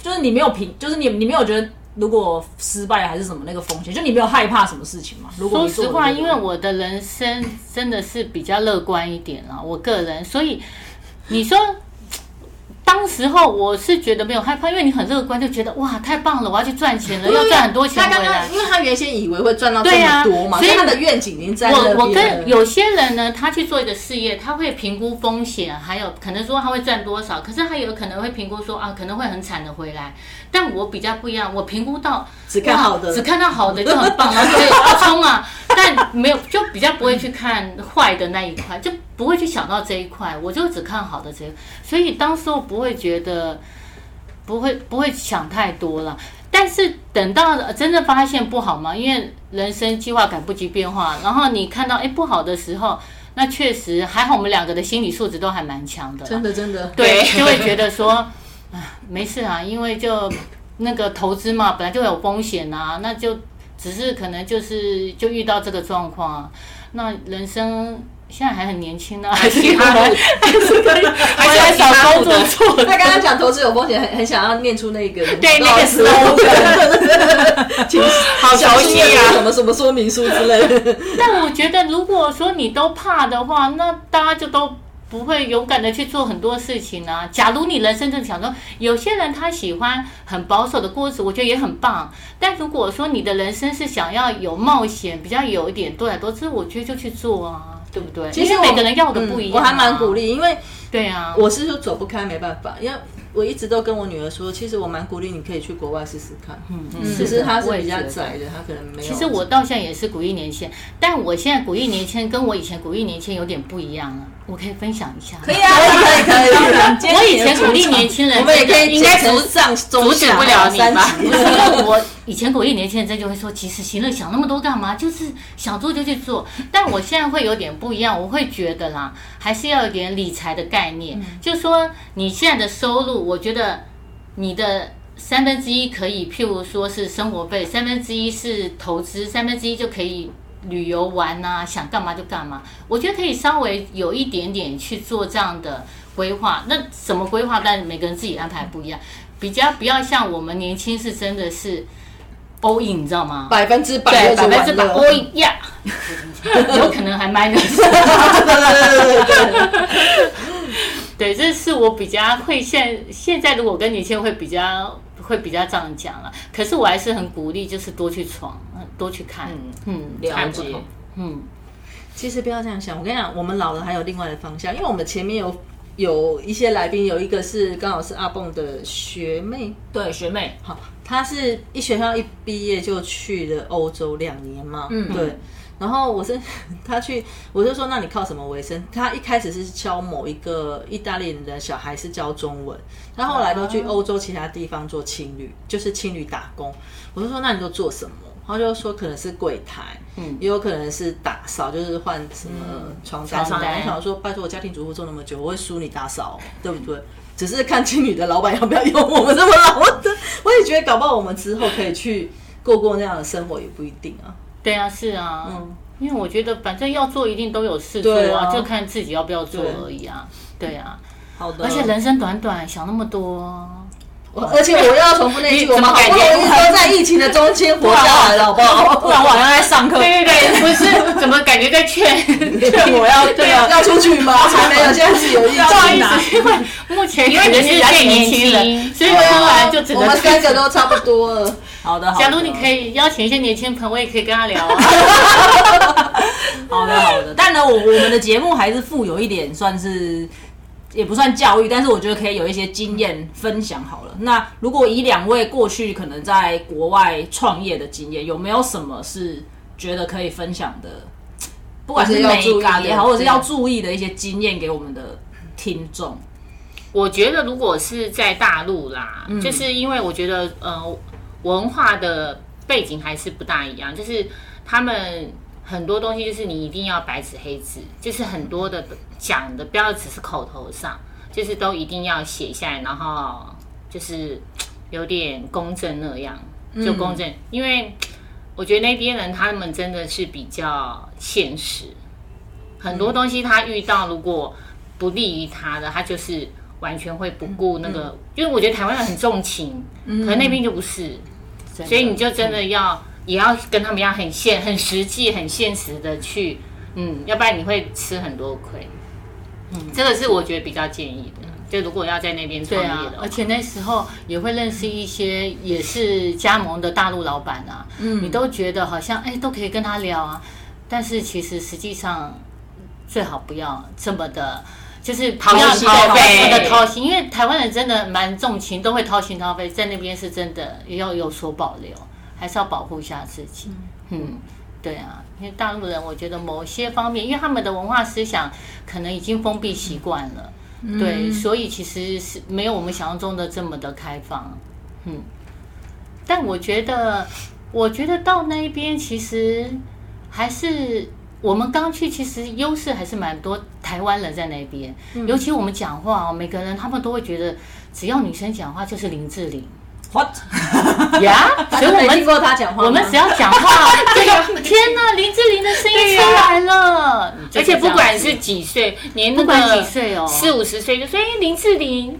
S1: 就是你没有平，就是你你没有觉得如果失败还是什么那个风险，就你没有害怕什么事情嘛？如果
S3: 说
S1: 你做
S3: 实
S1: 了
S3: 话，
S1: 这个
S3: 因为我的人生真的是比较乐观一点啦，我个人，所以你说。当时候我是觉得没有害怕，因为你很乐观，就觉得哇太棒了，我要去赚钱了，要赚很多钱
S2: 他刚
S3: 回来
S2: 刚，。因为他原先以为会赚到这
S3: 对啊
S2: 么多嘛，
S3: 所以
S2: 所以他的愿景已经在那
S3: 我
S2: 边
S3: 我
S2: 了
S3: 跟有些人呢，他去做一个事业，他会评估风险，还有可能说他会赚多少，可是他有可能会评估说啊，可能会很惨的回来。但我比较不一样，我评估到
S2: 只看好的
S3: *laughs* 哇只看到好的就很棒，然后就要冲啊， *laughs* 但没有就比较不会去看坏的那一块，就不会去想到这一块，我就只看好的这一块，所以当时候不会觉得不会不会想太多了。但是等到呃真正发现不好嘛，因为人生计划赶不及变化，然后你看到哎不好的时候，那确实还好，我们两个的心理素质都还蛮强的啦，
S2: 真的真 *laughs* 的
S3: 对，
S4: 对
S3: 就会觉得说，啊，没事啊，因为就那个投资嘛，本来就有风险啊，那就只是可能就是就遇到这个状况啊，那人生。现在还很年轻呢、还是
S4: 其他路
S3: 还是可以，还
S4: 是有
S3: 是
S4: 其他
S3: 找工
S4: 路
S3: 作
S4: 的
S3: 做
S2: 他刚刚讲投资有风险，很很想要念出那
S3: *laughs*
S2: 个
S4: 对
S2: *laughs*
S4: 那个
S2: slogan，请好
S4: 熟悉啊
S2: 什么什么说明书之类
S3: *laughs*
S2: 的。
S3: 但我觉得，如果说你都怕的话，那大家就都不会勇敢的去做很多事情啊。假如你人生正想说，有些人他喜欢很保守的过日子，我觉得也很棒。但如果说你的人生是想要有冒险，比较有一点多来多姿，我觉得就去做啊，对不对？
S2: 其实
S3: 因
S2: 我
S3: 为每个人要的不一样、
S2: 嗯
S3: 啊
S2: 我还蛮鼓。励，因为
S3: 对啊，
S2: 我是说走不开，没办法，因为我一直都跟我女儿说，其实我蛮鼓励你可以去国外试试看。嗯嗯，只是她是比较窄的，她可能没有。
S3: 其实我到现在也是鼓励年轻人，但我现在鼓励年轻人跟我以前鼓励年轻人有点不一样了。我可以分享一下吗，
S1: 可以啊，可以可以当然。
S3: 我以前鼓励年轻人，
S2: 啊我们也可以
S4: 应该
S2: 剪成
S4: 阻
S2: 上中
S4: 阻止
S2: 下
S4: 不了你
S2: 三
S4: 吧
S2: 集
S3: 不是因为
S4: *laughs*
S3: *laughs* 我以前鼓励年轻人，真就会说及时行乐，想那么多干嘛？就是想做就去做。但我现在会有点不一样，我会觉得啦，还是要有点理财的概念，
S4: 嗯
S3: 就说你现在的收入，我觉得你的。三分之一可以，譬如说是生活费，三分之一是投资，三分之一就可以旅游玩啊，想干嘛就干嘛。我觉得可以稍微有一点点去做这样的规划。那什么规划？但每个人自己安排不一样。比较不要像我们年轻是真的是 all in，你知道吗？
S2: *laughs* 百分之百
S3: 对，
S2: 的
S3: 百
S2: 就完了，
S3: 分之百 all in 呀、有可能还 minus。 *laughs*
S2: 对对对对对
S3: 对，这是我比较会现现在如果跟年轻人会比较会比较这样讲了。可是我还是很鼓励，就是多去闯，多去看，嗯嗯
S1: 了解，
S3: 嗯，
S2: *laughs* 其实不要这样想，我跟你讲，我们老了还有另外的方向，因为我们前面有有一些来宾，有一个是刚好是阿蹦的学妹，
S1: 对，学妹， *laughs*
S2: 好，她是一学校一毕业就去了欧洲两年嘛，嗯，对。然后我是 *laughs* 她去，我就说那你靠什么为生？她一开始是教某一个意大利人的小孩是教中文，她后来都
S3: 啊
S2: 去欧洲其他地方做青旅，就是青旅打工。我就说那你都做什么？她就说可能是柜台，嗯，也有可能是打扫，就是换什么床单。
S3: 嗯床单
S2: 我想说拜托我家庭主妇做那么久，我会输你打扫哦，对不对？只是看青旅的老板要不要用我们这么老的。 *laughs* 我也觉得搞不好我们之后可以去过过那样的生活也不一定啊。
S3: 对啊，是啊，
S2: 嗯
S3: 因为我觉得反正要做一定都有事做
S2: 对
S3: 啊，
S2: 啊
S3: 就看自己要不要做
S2: 对
S3: 而已啊，对啊，
S2: 好的
S3: 而且人生短短，想那么多、
S2: 我而且我又要重复那句，
S3: 你怎
S2: 我
S3: 么
S2: 们好
S3: 感
S2: 不
S3: 觉
S2: 容易都在疫情的中间活下来了，好不好？
S1: 不然我好像在上课，
S3: 对对对，不是，怎么感觉在劝劝
S1: 我
S3: *laughs*
S1: 要对啊，
S2: *laughs* 要出去吗？还没有，现在是有疫
S1: 要
S3: *laughs* 不好
S2: 情
S1: 去
S3: 意
S1: 哪
S2: 啊。
S3: 思，因为目前
S4: 因为你是
S3: 比较
S4: 最
S3: 年
S4: 年
S3: 轻
S4: 轻
S3: 人，所以
S2: 对
S3: 突
S2: 啊
S3: 然就只
S2: 我
S3: 能
S2: 们三个都差不多了。
S1: *laughs* 好的，好的
S3: 假如你可以邀请一些年轻朋友，我也可以跟他聊啊。
S1: 好的，好的。但呢，我我们的节目还是富有一点，算是也不算教育，但是我觉得可以有一些经验分享好了。那如果以两位过去可能在国外创业的经验，有没有什么是觉得可以分享的？不管是美感也好，或
S2: 或
S1: 者
S2: 者
S1: 是
S2: 是
S1: 要
S2: 要
S1: 注意的一些经验给我们的听众。
S4: 我觉得如果是在大陆啦，就是因为我觉得呃文化的背景还是不大一样，就是他们很多东西就是你一定要白纸黑字，就是很多的讲的不要只是口头上，就是都一定要写下来，然后就是有点公正那样，就公正，因为我觉得那边人他们真的是比较现实，很多东西他遇到如果不利于他的，他就是完全会不顾那个，因为我觉得台湾人很重情，可能那边就不是，所以你就真的要、也要跟他们一样很现、很实际、很现实的去，嗯，要不然你会吃很多亏。嗯，这个是我觉得比较建议的，就如果要在那边创
S3: 对
S4: 业
S3: 啊
S4: 的，话
S3: 而，且那时候也会认识一些也是加盟的大陆老板啊，
S4: 嗯
S3: 你都觉得好像哎都可以跟他聊啊，但是其实实际上最好不要这么的，就是不要
S4: 掏
S3: 对
S4: 心掏肺
S3: 这么的掏心，因为台湾人真的蛮重情，都会掏心掏肺，在那边是真的也要有所保留，还是要保护一下自己，嗯。对啊，因为大陆人，我觉得某些方面，因为他们的文化思想可能已经封闭习惯了，
S4: 嗯
S3: 对，所以其实是没有我们想象中的这么的开放，嗯。但我觉得，我觉得到那边其实还是我们刚去，其实优势还是蛮多。台湾人在那边，
S4: 嗯
S3: 尤其我们讲话哦，每个人他们都会觉得，只要女生讲话就是林志
S4: *laughs*
S3: 玲
S1: What？
S3: 呀，所以我
S2: 没
S3: *laughs* 们
S2: 听过他讲话吗，
S3: 我们只要讲话， *laughs* 这个天哪，林志玲的声音
S4: 对
S3: 出
S4: 呀
S3: 来了，
S4: 而且不管是几岁，连那
S3: 不管
S4: 个
S3: 几岁哦，
S4: 四五十岁就说：“哎，林志玲，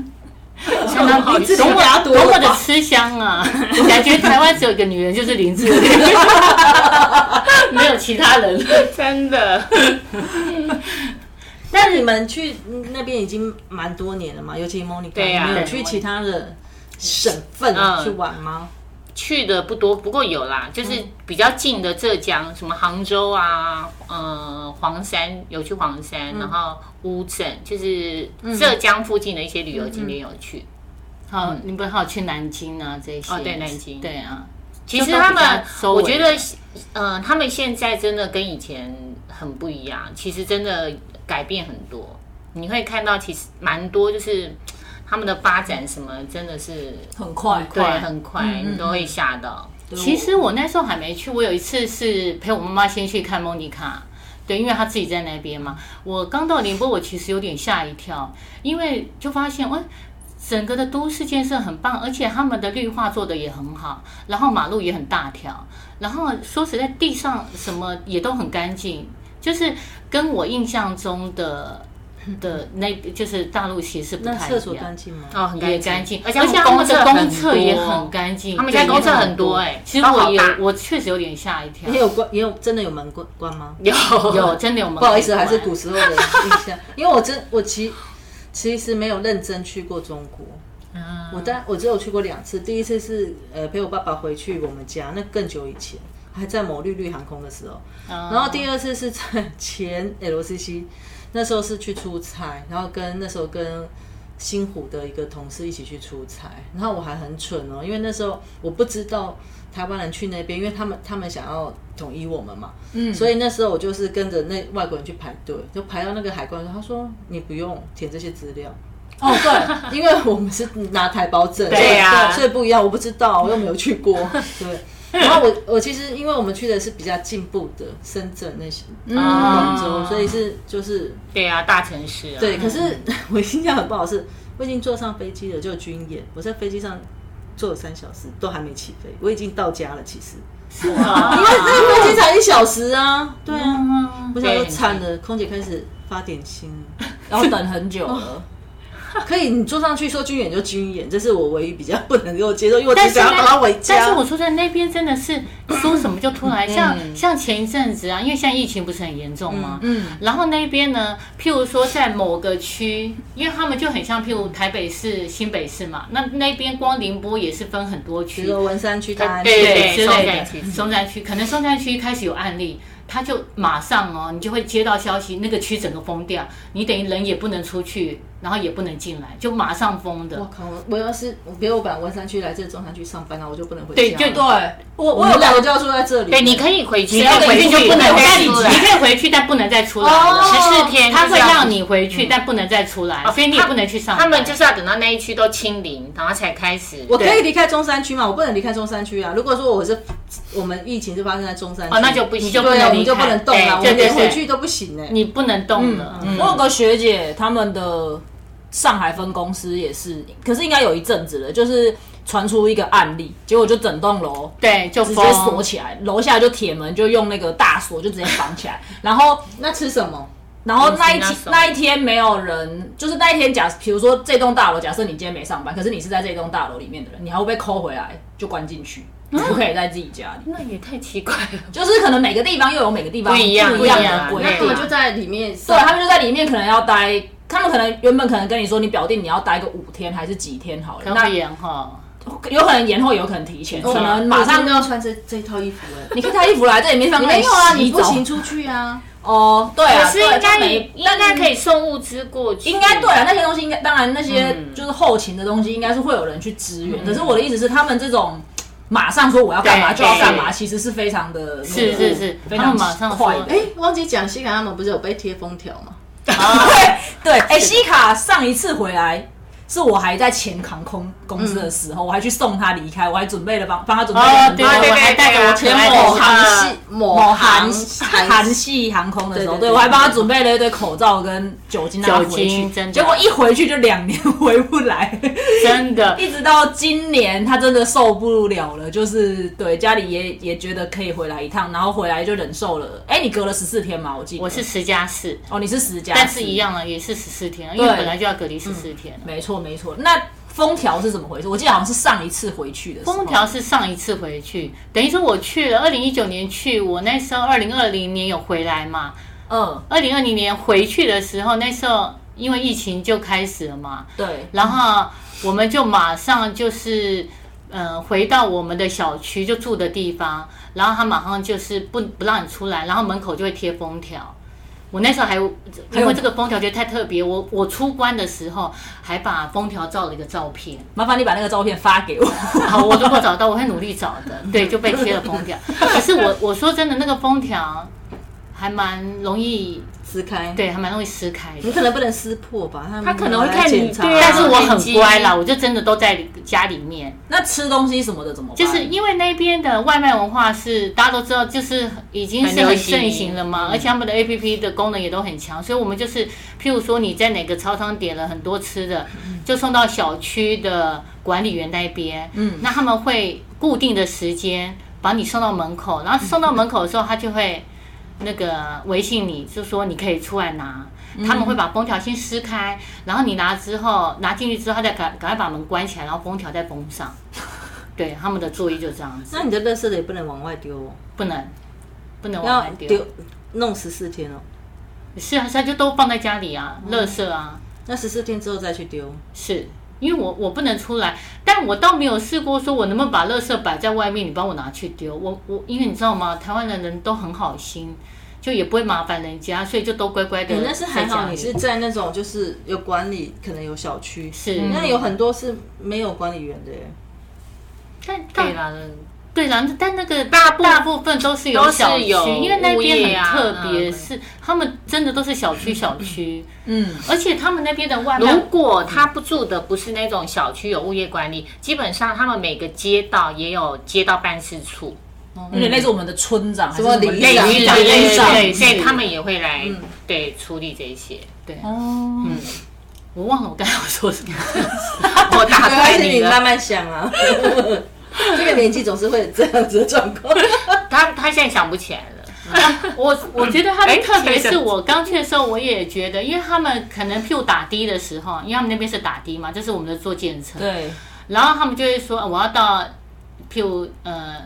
S4: *laughs*
S3: 相当好，
S2: 林志玲
S3: 多
S2: 比他
S3: 么
S2: 多
S3: 多么
S2: 吧
S3: 的吃香啊！ *laughs* 感觉台湾只有一个女人，就是林志 *laughs* 玲，没有其他人。*laughs*
S4: 真的。
S2: 那你们去嗯那边已经蛮多年了嘛，尤其 Monica，
S4: 对啊
S2: 你们有去其他的省份
S4: 嗯
S2: 去玩吗？”
S4: 去的不多，不过有啦，就是
S3: 嗯
S4: 比较近的浙江，什么杭州啊，呃，黄山有去黄山，
S3: 嗯
S4: 然后乌镇，就是浙江附近的一些旅游景点有去。
S3: 嗯好，你们好去南京啊这些？
S4: 哦对南京
S3: 对啊。
S4: 其实他们，
S3: 就
S4: 我
S3: 都比较周围
S4: 觉得，嗯、他们现在真的跟以前很不一样，其实真的改变很多。你会看到，其实蛮多就是他们的发展什么，真的是
S1: 很快，
S4: 快
S3: 对
S4: 很快，
S3: 嗯
S4: 你都会吓到。
S3: 其实我那时候还没去，我有一次是陪我妈妈先去看莫妮卡，对，因为她自己在那边嘛。我刚到宁波，我其实有点吓一跳，因为就发现，哎，整个的都市建设很棒，而且他们的绿化做的也很好，然后马路也很大条，然后说实在，地上什么也都很干净，就是跟我印象中
S4: *laughs*
S3: 的。的那就是大陆其实不太
S2: 那
S3: 一样，
S2: 厕所干净吗？
S4: 哦，很
S3: 也干净，
S4: 而且他
S3: 他
S4: 们
S3: 们
S4: 的
S3: 的
S4: 公
S3: 公
S4: 厕
S3: 厕
S4: 也
S3: 也
S4: 很
S3: 很干净，
S4: 他们家
S3: 对
S4: 公厕
S3: 也
S4: 很多哎
S3: 其实
S4: 包好
S3: 我有
S4: 大，
S3: 我确实有点吓一
S4: *laughs*
S3: 跳
S2: 也。有关，也有真的有门关关吗？
S4: 有 *laughs*
S3: 有真的有门口
S2: 不好意思，还是
S3: 关
S2: 古时候的印象，因为我真我其其实没有认真去过中国。我但我只有去过两次，第一次是呃陪我爸爸回去我们家，那更久以前，还在某绿绿航空的时候。然后第二次是在前 LCC，那时候是去出差，然后跟那时候跟新湖的一个同事一起去出差，然后我还很蠢哦，因为那时候我不知道台湾人去那边，因为他们他们想要统一我们嘛，嗯，所以那时候我就是跟着那外国人去排队，就排到那个海关，他说你不用填这些资料，
S1: 哦对，
S2: 因为我们是拿台胞证，
S4: 对呀
S2: 所以所以不一样，我不知道，我又没有去过，对。然后我我其实因为我们去的是比较进步的深圳那些广州，所以是就是
S4: 对啊，大城市啊，
S2: 对，可是 *laughs* 我印象很不好是，我已经坐上飞机了，就军演，我在飞机上坐了三小时，都还没起飞，我已经到家了，其实。
S3: 是啊，嗯
S2: 因为那个飞机才一小时啊，对啊，我想
S4: 对
S2: 说
S4: 很
S2: 惨了，空姐开始发点心了。 *laughs*
S1: 然后等很久了，
S2: 可以，你坐上去说军演就军演，这是我唯一比较不能够接受，
S3: *laughs*
S2: 因为我
S3: 但
S2: 只
S3: 是
S2: 想要把它回
S3: 呢，
S2: 家。
S3: 但是我说在那边真的是说什么就突然，像像前一阵子啊，因为现在疫情不是很严重吗？嗯，然后那边呢，譬如说在某个区，因为他们就很像譬如台北市、新北市嘛，那那边光宁波也是分很多
S2: 比
S3: 区，
S2: 如说文山区、大安区，
S4: 对
S3: 对之
S4: 松
S3: 类
S4: 山区
S3: 的，松山区可能松山区开始有案例，他就马上哦，你就会接到消息，那个区整个封掉，你等于人也不能出去，然后也不能进来，就马上封
S2: 我
S3: 的。
S2: 靠，我要是比如我本来文山区来这中山区上班啊，我就不能回家。
S3: 对就
S1: 对我
S2: 我
S1: 我
S2: 们
S1: 有
S2: 两个就要住在这里。
S4: 对，你可以回去，
S3: 你
S4: 但
S3: 可以回去就不能
S4: 再
S3: 再
S4: 出
S3: 你
S4: 来。
S3: 可以回去，但不能再出来了。
S4: 14天
S3: 他
S4: 就
S3: 会
S4: 是要
S3: 让你回去，但不能再出来，所以你也不能去上班。
S4: 他们就是要等到那一区都清零，然后才开始。
S2: 我可以离开中山区嘛？我不能离开中山区啊！如果说我是我们疫情是发生在中山区，
S4: 哦，那就不行，
S3: 你就不
S2: 对
S3: 能
S2: 啊，我
S3: 离
S2: 们就
S3: 开
S2: 不能动了，我
S4: 对
S2: 们
S4: 哎对
S2: 连
S4: 对
S2: 回去都不行欸呢。
S3: 你不能动了。嗯
S1: 我有个学姐，他们的上海分公司也是，可是应该有一阵子了，就是传出一个案例，结果就整栋楼
S3: 对，就
S1: 直
S3: 封
S1: 接锁起来，楼下就铁门，就用那个大锁就直接绑起来， *laughs* 然后
S2: 那吃什么？
S1: 然后那一
S4: 嗯
S1: 天
S4: 是那时候
S1: 那一天没有人，就是那一天假，比如说这栋大楼，假设你今天没上班，可是你是在这栋大楼里面的人，你还会被扣回来就关进去，你不可以在自己家里，
S4: 那也太奇怪了。
S1: 就是可能每个地方又有每个地方
S4: 不一样
S1: 不一样
S4: 不一样
S1: 的规啊
S4: 那
S1: 定
S4: 他
S2: 我
S4: 们。
S2: 就在里面。
S1: 对，他们就在里面可能要待他们可能原本可能跟你说，你表弟你要待个五天还是几天好了，
S3: 可能
S1: 那
S3: 会延后。
S1: 有可能延后，有可能提前，可
S3: 哦
S1: 能
S2: 马
S1: 马
S2: 上
S1: 上
S2: 就要穿这这套衣服了。
S1: 你可以带衣服来，这里没地方
S2: 没有啊，
S1: 让
S2: 你不
S1: 洗澡
S2: 行出去啊。
S1: 哦，对啊，
S4: 可是应该也
S1: 也
S4: 应该可以送物资过去，
S1: 应
S3: 嗯
S1: 该对啊，那些东西应该当然那些就是后勤的东西，应该是会有人去支援。可是我的意思是，他们这种马上说我要干嘛
S3: 对
S1: 就要干嘛，
S3: 对
S1: 其实是非常的
S3: 是是是
S1: 非
S3: 他
S1: 常
S3: 们马上说
S1: 快的。
S2: 哎，忘记讲，西港他们不是有被贴封条 *laughs* 吗？
S3: 啊
S1: 对对，
S3: *laughs*
S1: 哎，西卡上一次回来。是我还在前航空公司的时候，我还去送他离开，我还准备了帮帮他准备了
S3: 嗯哦
S1: 很，
S3: 对，哦
S1: 多
S4: 啊对
S3: 我
S4: 对
S3: 还带着我可
S2: 前
S3: 爱
S2: 某
S3: 的
S2: 航
S4: 啊
S2: 系某
S1: 某韩
S2: 呃韩
S1: 韩系航空的时候，
S2: 对对对
S1: 对我还帮他准备了一堆口罩跟酒精让他
S3: 酒
S1: 回
S3: 精
S1: 去
S3: 真的，
S1: 结果一回去就两年 *laughs* 回不来，
S3: 真的。
S1: 一直到今年他真的受不了了，就是对家里也也觉得可以回来一趟，然后回来就忍受了。哎，你隔了十四天嘛？我记得
S3: 我是十加四，
S1: 哦，你是十加，
S3: 但是一，样啊，也是十四天啊，因为
S1: 对
S3: 本来就要隔离十四天啊。
S1: 没错没错。那封条是怎么回事？我记得好像是上一次回去的时候
S3: 封条是上一次回去，等于说我去了二零一九年去，我那时候二零二零年有回来嘛，
S1: 嗯，
S3: 二零二零年回去的时候，那时候因为疫情就开始了嘛，
S1: 对，
S3: 然后我们就马上就是，呃，回到我们的小区就住的地方，然后他马上就是不不让你出来，然后门口就会贴封条。我那时候还
S1: 还有
S3: 因为这个封条觉得太特别，我我出关的时候还把封条照了一个照片。
S1: 麻烦你把那个照片发给我。 *laughs*
S3: 好，我如果找到，我会努力找的。对，就被贴了封条。可是我我说真的，那个封条还蛮容易，
S2: 撕开，
S3: 对，还蛮容易撕开
S2: 你
S3: 的。
S2: 可能不能撕破吧？他
S4: 他可能会
S2: 拿来
S4: 看你
S2: 检查
S4: 对啊
S3: 但是我很乖啦，我就真的都在家里面。
S1: 那吃东西什么的怎么办？
S3: 就是因为那边的外卖文化是大家都知道，就是已经是很盛行嗯了嘛，而且他们的 A P P 的功能也都很强，所以我们就是，譬如说你在哪个超商点了很多吃的，就送到小区的管理员那边，嗯，那他们会固定的时间把你送到门口，然后送到门口的时候，他就会那个微信你，就说你可以出来拿。
S2: 嗯
S3: 他们会把封条先撕开，然后你拿之后拿进去之后，他再赶赶快把门关起来，然后封条再封
S2: *laughs*
S3: 上。对，他们的作业就这样子，
S2: 那你的垃圾的也不能往外丢哦，
S3: 不能不能往
S2: 要
S3: 外丢
S2: 丢，弄十四天哦。
S3: 是啊，是啊，就都放在家里啊，
S2: 嗯
S3: 垃圾啊，
S2: 那十四天之后再去丢，
S3: 是因为我我不能出来，但我倒没有试过说我能不能把垃圾摆在外面，你帮我拿去丢。我我因为你知道吗，台湾的人都很好心，就也不会麻烦人家，所以就都乖乖的。
S2: 你那是还好，你是在那种就是有管理，可能有小区，
S3: 是、
S2: 那有很多是没有管理员的耶。
S3: 但但
S4: 对啊啦，
S3: 对啦，但那个
S4: 大部
S3: 大部分都是有
S4: 都是
S3: 小区，
S4: 有
S3: 因为那
S4: 物业
S3: 边
S4: 啊
S3: 很特别，
S4: 嗯
S3: 是他们真的都是小区小区，
S1: 嗯，
S3: 而且他们那边的外
S4: 如
S3: 卖
S4: 果他不住的不是那种小区有物业管理，基本上他们每个街道也有街道办事处，
S3: 嗯
S1: 有点类似我们的村长，还是
S2: 什么
S1: 什么
S2: 里
S1: 类
S2: 长
S1: 似
S2: 里
S1: 的
S2: 长
S1: 类似
S3: 长
S4: 对，
S3: 类似
S4: 所以他们也会来对处理这些。
S3: 对，
S1: 哦，
S3: 我忘了我刚才要说
S4: *laughs*
S3: 什么，
S4: 我打
S2: 没关
S4: 断
S2: 系，
S4: 你
S2: 你
S4: 了
S2: 慢，慢想啊。 *laughs* 这个年纪总是会有这样子的状况。
S4: 他他现在想不起来了。
S3: 我我觉得他
S4: 哎
S3: 们特别
S4: *laughs* 这
S3: 是
S4: 个
S3: 我刚去的时候，我也觉得，因为他们可能譬如打的的时候，因为他们那边是打的嘛，就是我们的坐建车，
S1: 对，
S3: 然后他们就会说呃我要到譬如呃，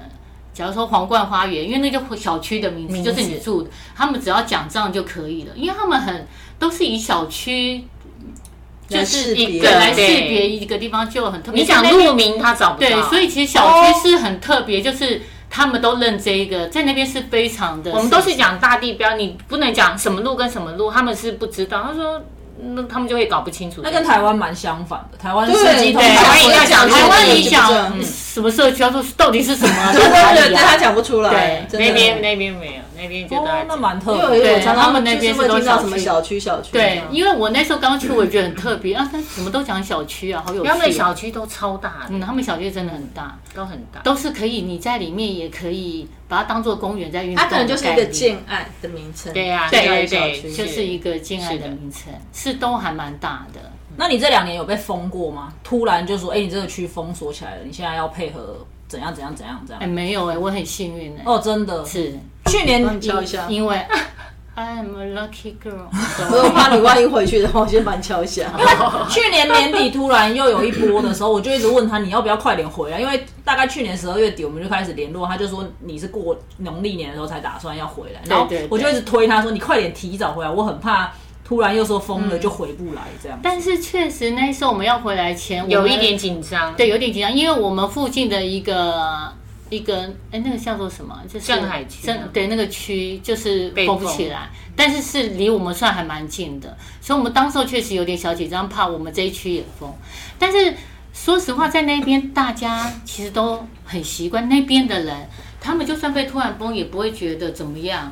S3: 假如说皇冠花园，因为那就小区的名字，
S1: 名字
S3: 就是你住的，他们只要讲账就可以了，因为他们很都是以小区
S2: 来
S3: 就
S2: 识
S3: 是
S2: 别
S3: 一个来识
S4: 对
S3: 别一个地方就很特别，
S4: 你想
S3: 像那边
S4: 路啊名他找不到，
S3: 对，所以其实小区是很特别，就是他们都认这一个，在那边是非常的，
S4: 我们都是讲大地标，你不能讲什么路跟什么路，他们是不知道。他说，那他们就会搞不清楚。
S1: 那跟台湾蛮相反的，台湾是
S2: 对
S1: 鸡通
S3: 对
S1: 常
S4: 台湾一定要讲
S3: 台湾你
S2: 就这样
S3: 讲嗯什么社区，他说到底是什么啊，
S2: 对
S3: 在哪
S2: 对
S3: 里
S2: 对，但他
S3: 啊？
S2: 讲不出来
S3: 对，
S2: 真的
S4: 那边那边没有，那边觉得
S1: 哦
S4: 还，
S1: 那蛮特
S2: 因
S1: 别的。
S2: 为我
S3: 对
S2: 常
S3: 他
S2: 常
S3: 们那
S2: 就是
S3: 边
S2: 会
S3: 是都
S2: 听到什
S3: 小
S2: 么
S3: 区
S2: 小区小区，
S3: 对，因为我那时候刚去，我也觉得很特别啊，他怎么都讲小区啊，好有
S4: 他们的
S3: 趣啊。
S4: 小区都超大的，
S3: 嗯，他们小区真的很大，
S4: 都很大。
S3: 都是可以你在里面也可以把它当做公园在运动的
S2: 它可
S3: 概
S2: 能
S3: 念。
S2: 就是一个建案的名称。
S4: 对啊
S2: 建案
S4: 对
S2: 小
S4: 对
S2: 区
S3: 就是一个建案的名称，是都还蛮大的。
S2: 嗯
S1: 那你这两年有被封过吗？突然就说，哎、你这个区封锁起来了，你现在要配合怎样怎样怎样怎
S3: 哎，
S1: 样？
S3: 没有哎，我很幸运哎，
S1: 哦，真的，
S3: 是
S1: 去年
S2: 帮你敲一下。
S3: 因为 *laughs* I'm a lucky
S2: *laughs*
S3: girl，
S2: 我又怕你万一回去的话，我先把你敲一下。
S3: *laughs*
S1: 去年年底突然又有一波的时候，我就一直问他你要不要快点回来，啊因为大概去年十二月底我们就开始联络，他就说你是过农历年的时候才打算要回来，然后
S3: 对对
S1: 啊我就一直推他说你快点提早回来，我很怕。突然又说封了就回不来这样。
S3: 但是确实那时候我们要回来前，
S4: 有
S3: 我们
S4: 一点紧张。
S3: 对，有点紧张，因为我们附近的一个一个哎，那个叫做什么？就是
S4: 镇海区
S3: 镇对那个区就是
S4: 被
S3: 封
S4: 封
S3: 起来，但是是离我们算还蛮近的，所以我们当时候确实有点小紧张，怕我们这一区也封。但是说实话，在那边大家其实都很习惯，那边的人他们就算被突然封也不会觉得怎么样。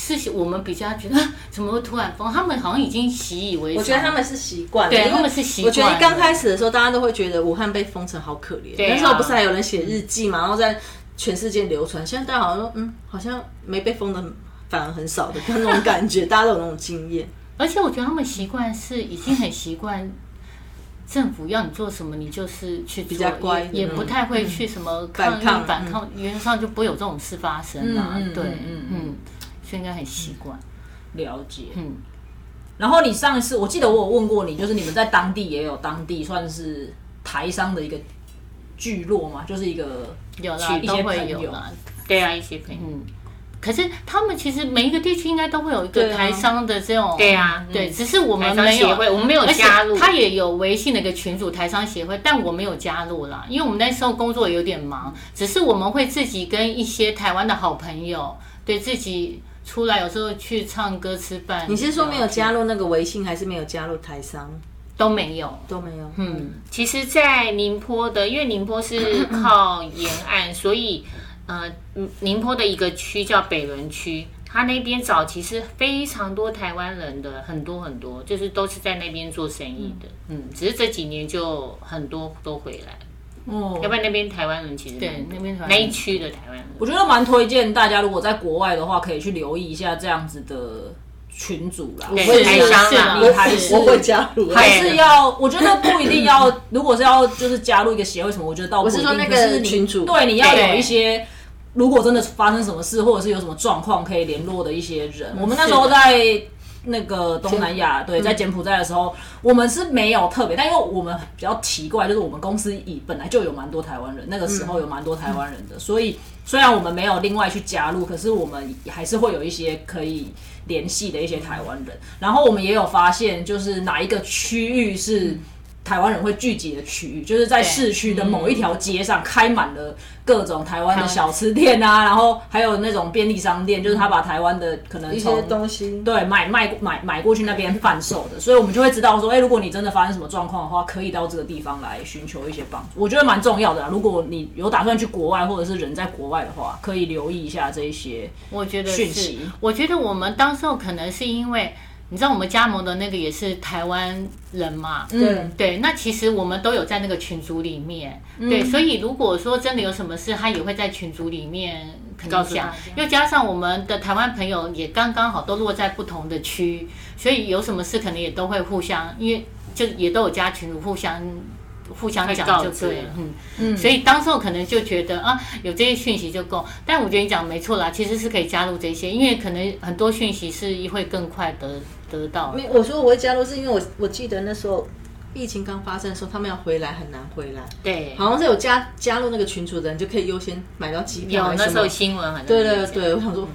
S3: 是我们比较觉得啊怎么会突然封，他们好像已经习以为常。
S2: 我觉得他们是习惯了，
S3: 对
S2: 因为
S3: 他们是习
S2: 我
S3: 惯了
S2: 觉得一刚开始的时候，大家都会觉得武汉被封城好可怜。
S4: 对啊
S2: 那时候不是还有人写日记嘛，然后在全世界流传。现在大家好像说，嗯，好像没被封的反而很少的，那种
S3: *laughs*
S2: 感觉，大家都有那种经验。
S3: 而且我觉得他们习惯是已经很习惯，政府要你做什么你就是去做，
S2: 比较乖
S3: 也也不太会去什么抗
S2: 反
S3: 议
S2: 抗
S3: 反抗，原则上就不会有这种事发生啦。
S1: 嗯嗯
S3: 对，
S1: 嗯嗯
S3: 嗯所以应该很习惯。
S1: 了解，
S3: 嗯。
S1: 然后你上一次，我记得我有问过你，就是你们在当地也有当地算是台商的一个聚落嘛，就是一个
S3: 有啦
S1: 去，一
S3: 都
S1: 些
S3: 会
S1: 朋
S3: 有
S1: 友，
S3: 啦。
S4: 对啊，一些朋友。
S3: 嗯，可是他们其实每一个地区应该都会有一
S2: 对
S3: 个
S2: 啊
S3: 台商的这种，
S4: 对啊，
S3: 对，只是我
S4: 我
S3: 们
S4: 商
S3: 没
S4: 协
S3: 有
S4: 会，我们没有
S3: 而且
S4: 加入。
S3: 他也有微信的一个群组台商协会，但我没有加入啦，因为我们那时候工作有点忙，只是我们会自己跟一些台湾的好朋友，对自己出来有时候去唱歌、吃饭。
S2: 你是说没有加入那个微信，还是没有加入台商？
S3: 都没有？
S2: 都没有。
S3: 嗯，
S4: 其实，在宁波的，因为宁
S3: *clears throat*
S4: 波是靠沿岸，所以呃，宁宁波的一个区叫北仑区，它那边早期是非常多台湾人的，很多很多，就是都是在那边做生意的。嗯，只是这几年就很多都回来，
S1: 哦
S4: 要不然那边台湾人其实
S3: 对，那边
S4: 那一区的台湾人，
S1: 我觉得蛮推荐大家，如果在国外的话，可以去留意一下这样子的群组啦。
S4: 对
S1: 所以
S3: 是
S4: 台
S1: 是
S4: 商
S3: 是
S4: 啊
S3: 啊，
S1: 你还是
S2: 我会加入。
S1: 还是要，我觉得不一定
S2: *clears throat*
S1: 要，如果是要就是加入一个协会什么，我觉得倒不一定。
S2: 我是说那个
S1: 可是你
S2: 群组
S1: 对，你要有
S3: 对
S1: 一些，如果真的发生什么事，或者是有什么状况，可以联络的一些人。我们那时候
S3: 是的
S1: 在。那个东南亚，对，在柬埔寨的时候，我们是没有特别，但因为我们比较奇怪，就是我们公司以本来就有蛮多台湾人，那个时候有蛮多台湾人的，所以虽然我们没有另外去加入，可是我们还是会有一些可以联系的一些台湾人。然后我们也有发现，就是哪一个区域是台湾人会聚集的区域，就是在市区的某一条街上开满了各种台湾的小吃店啊，然后还有那种便利商店，就是他把台湾的可能
S2: 一些
S1: 从
S2: 东西，
S1: 对，买卖买买过去那边贩售的，所以我们就会知道说，哎、如果你真的发生什么状况的话，可以到这个地方来寻求一些帮助，我觉得蛮重要的啦。啊如果你有打算去国外，或者是人在国外的话，可以留意一下这一些。
S3: 我觉得
S1: 讯
S3: 是
S1: 息，
S3: 我觉得我们当时候可能是因为，你知道我们加盟的那个也是台湾人嘛，嗯
S2: 对，
S3: 对，那其实我们都有在那个群组里面，
S4: 嗯
S3: 对，所以如果说真的有什么事，他也会在群组里面可
S4: 告
S3: 能
S4: 诉大
S3: 讲
S4: 家，
S3: 又加上我们的台湾朋友也刚刚好都落在不同的区，所以有什么事可能也都会互相，因为就也都有加群组互相。互相
S4: 会告
S3: 讲就
S4: 知
S3: 对了，嗯嗯，所以当时候可能就觉得啊，有这些讯息就够。但我觉得你讲没错啦，其实是可以加入这些，因为可能很多讯息是会更快得得到的。
S2: 没我说我会加入，是因为我我记得那时候疫情刚发生的时候，他们要回来很难回来。
S4: 对，
S2: 好像是有加加入那个群组的人就可以优先买到机票
S4: 有
S2: 还是
S4: 那
S2: 什么，
S4: 时候新闻好像
S2: 对
S4: 有
S2: 对
S4: 讲
S2: 对，我想说，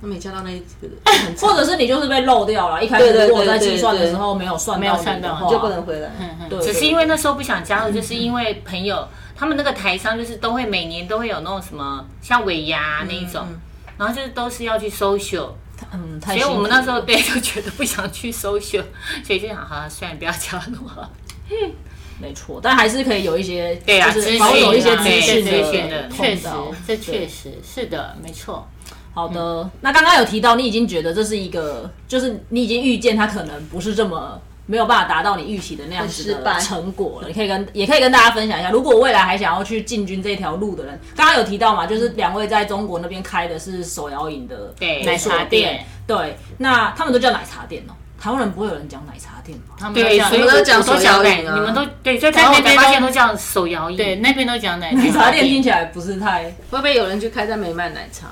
S2: 那没加到那一个，很惨
S1: 或者是你就是被漏掉了，一开始
S2: 对对对
S1: 如果在
S2: 对
S1: 计算的
S2: 对
S1: 时候没有算
S3: 没有
S1: 到
S3: 算
S1: 你的
S3: 到
S1: 话，
S2: 你就不能回来。
S3: 嗯
S1: 对，
S4: 只
S1: 对
S4: 是因为那时候不想加入，就是因为朋友他们那个台商就是都会每年都会有那种什么像尾
S3: 嗯
S4: 牙那一种，然后就是都是要去 social，
S1: 嗯，太
S4: 所以我
S1: 辛苦
S4: 们那时候
S1: 了
S4: 对就觉得不想去 *laughs* social，所以就想好了，算了，不要加
S3: *laughs*
S4: 入啊了。
S1: 没错，但还是可以有一些
S4: 对啊
S1: 就
S4: 资
S1: 是
S4: 讯
S1: 保有一些
S4: 啊
S1: 资讯
S4: 对资讯的
S1: 的
S3: 确
S1: 通
S3: 实
S1: 道，对
S3: 这确实是的，没错。
S1: 好的，那刚刚有提到，你已经觉得这是一个，就是你已经预见它可能不是这么没有办法达到你预期的那样子
S2: 很失败
S1: 的成果了。你可以跟也可以跟大家分享一下，如果未来还想要去进军这条路的人，刚刚有提到嘛，就是两位在中国那边开的是手摇饮的
S4: 对
S1: 连锁
S3: 奶茶店，
S1: 对，那他们都叫奶茶店哦、台湾人不会有人讲奶茶店吧？
S3: 他们都
S4: 对，
S3: 讲
S4: 所以
S2: 我们都讲
S4: 我都
S2: 手
S4: 讲
S2: 摇
S4: 奶，
S2: 饮啊
S4: 你们都对，在
S3: 然
S4: 在
S3: 后我
S4: 那
S3: 才
S4: 边
S3: 发
S4: 发
S3: 现
S4: 现都讲手摇饮，
S3: 对，那边都讲奶 *laughs*
S1: 奶茶
S3: 茶
S1: 店听
S3: 店。
S1: 起来不是太，
S2: 会不会有人去开在没卖奶茶？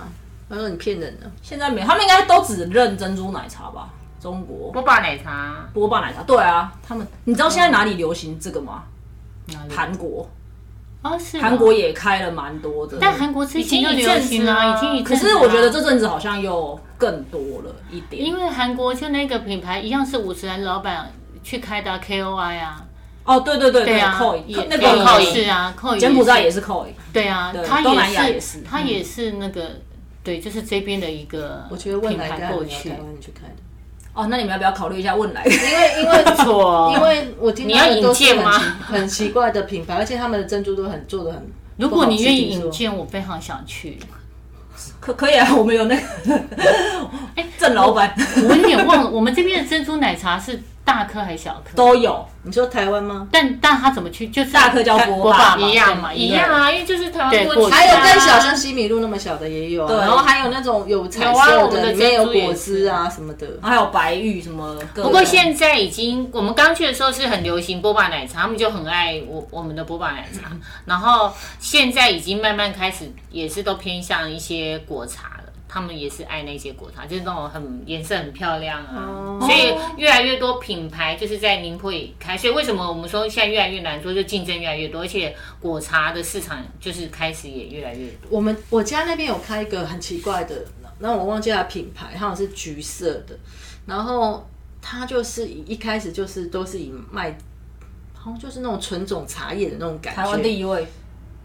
S2: 他说你骗人呢。
S1: 现在没，他们应该都只认珍珠奶茶吧？中国
S4: 波霸奶茶，
S1: 波霸奶茶，对啊，他们你知道现在哪里流行这个吗？
S3: 哪里
S1: 韩国。
S3: 哦，是
S1: 韩国，也开了蛮多的，
S3: 但韩国之前就
S4: 已经一
S3: 流
S4: 阵子啊
S3: 行了，
S4: 了
S3: 已经一阵子啊
S1: 可
S3: 了
S1: 是我觉得这阵子好像又更多了一点。
S3: 因为韩国就那个品牌一样是五十岚老板去开的啊 KOI 啊，
S1: 哦，对对对
S3: 对啊
S1: 扣，
S3: 也
S1: 那个
S4: 扣
S1: 也
S3: 也是啊，扣
S1: 柬埔寨也
S3: 是，
S1: 是扣，
S3: 对啊
S1: 对，
S3: 他
S1: 东南亚
S3: 也
S1: 也是
S3: 他也是那个，对，就是这边的一个
S2: 我觉得未
S3: 品
S2: 来应该
S3: 牌
S2: 还
S3: 过
S2: 没有
S3: 去
S2: 台，湾去看的，
S1: 哦，那你们要不要考虑一下汶莱？
S2: 因为哎因为
S3: 不错
S2: 因为我听到的都是
S4: 你要引荐
S2: 很
S4: 吗
S2: 奇很奇怪的品牌，而且他们的珍珠都很做的很。
S3: 如果你愿意引
S2: 不好吃，听说
S3: 荐，我非常想去。
S1: *laughs* 可可以啊，我们有那个 *laughs* 郑老板
S3: 哎我有点忘了，我们这边的珍珠奶茶是大颗还是小颗？
S1: 都有，
S2: 你说台湾吗？
S3: 但但他怎么去？就是
S1: 大颗叫波
S3: 波
S1: 霸
S3: 霸嘛
S4: 一
S3: 对
S4: 样
S3: 嘛，
S4: 一样。啊，因为就是台
S3: 对
S4: 湾
S3: 过
S4: 过
S3: 去
S4: 去
S3: 啊
S4: 啊，
S2: 还有更小，像西米露那么小的也有啊，
S1: 对
S2: 然后还有那种有彩
S4: 有啊
S2: 色
S4: 我们
S2: 的，
S4: 的
S2: 里面有
S4: 珍珠也
S2: 果汁
S4: 是
S2: 啊什么的。
S1: 还有白玉什么各种。
S4: 不过现在已经，我们刚去的时候是很流行波霸奶茶，他们就很爱我我们的波霸奶茶。 *laughs* 然后现在已经慢慢开始也是都偏向一些果茶了，他们也是爱那些果茶，就是那种很颜色很漂亮
S3: 哦
S4: 啊。所以越来越多品牌就是在宁波也开，所以为什么我们说现在越来越难做，就竞争越来越多，而且果茶的市场就是开始也越来越多。
S2: 我们我家那边有开一个很奇怪的，那我忘记它的品牌，它好像是橘色的，然后它就是以一开始就是都是以卖，好像就是那种纯种茶叶的那种感觉。
S1: 台湾第一位，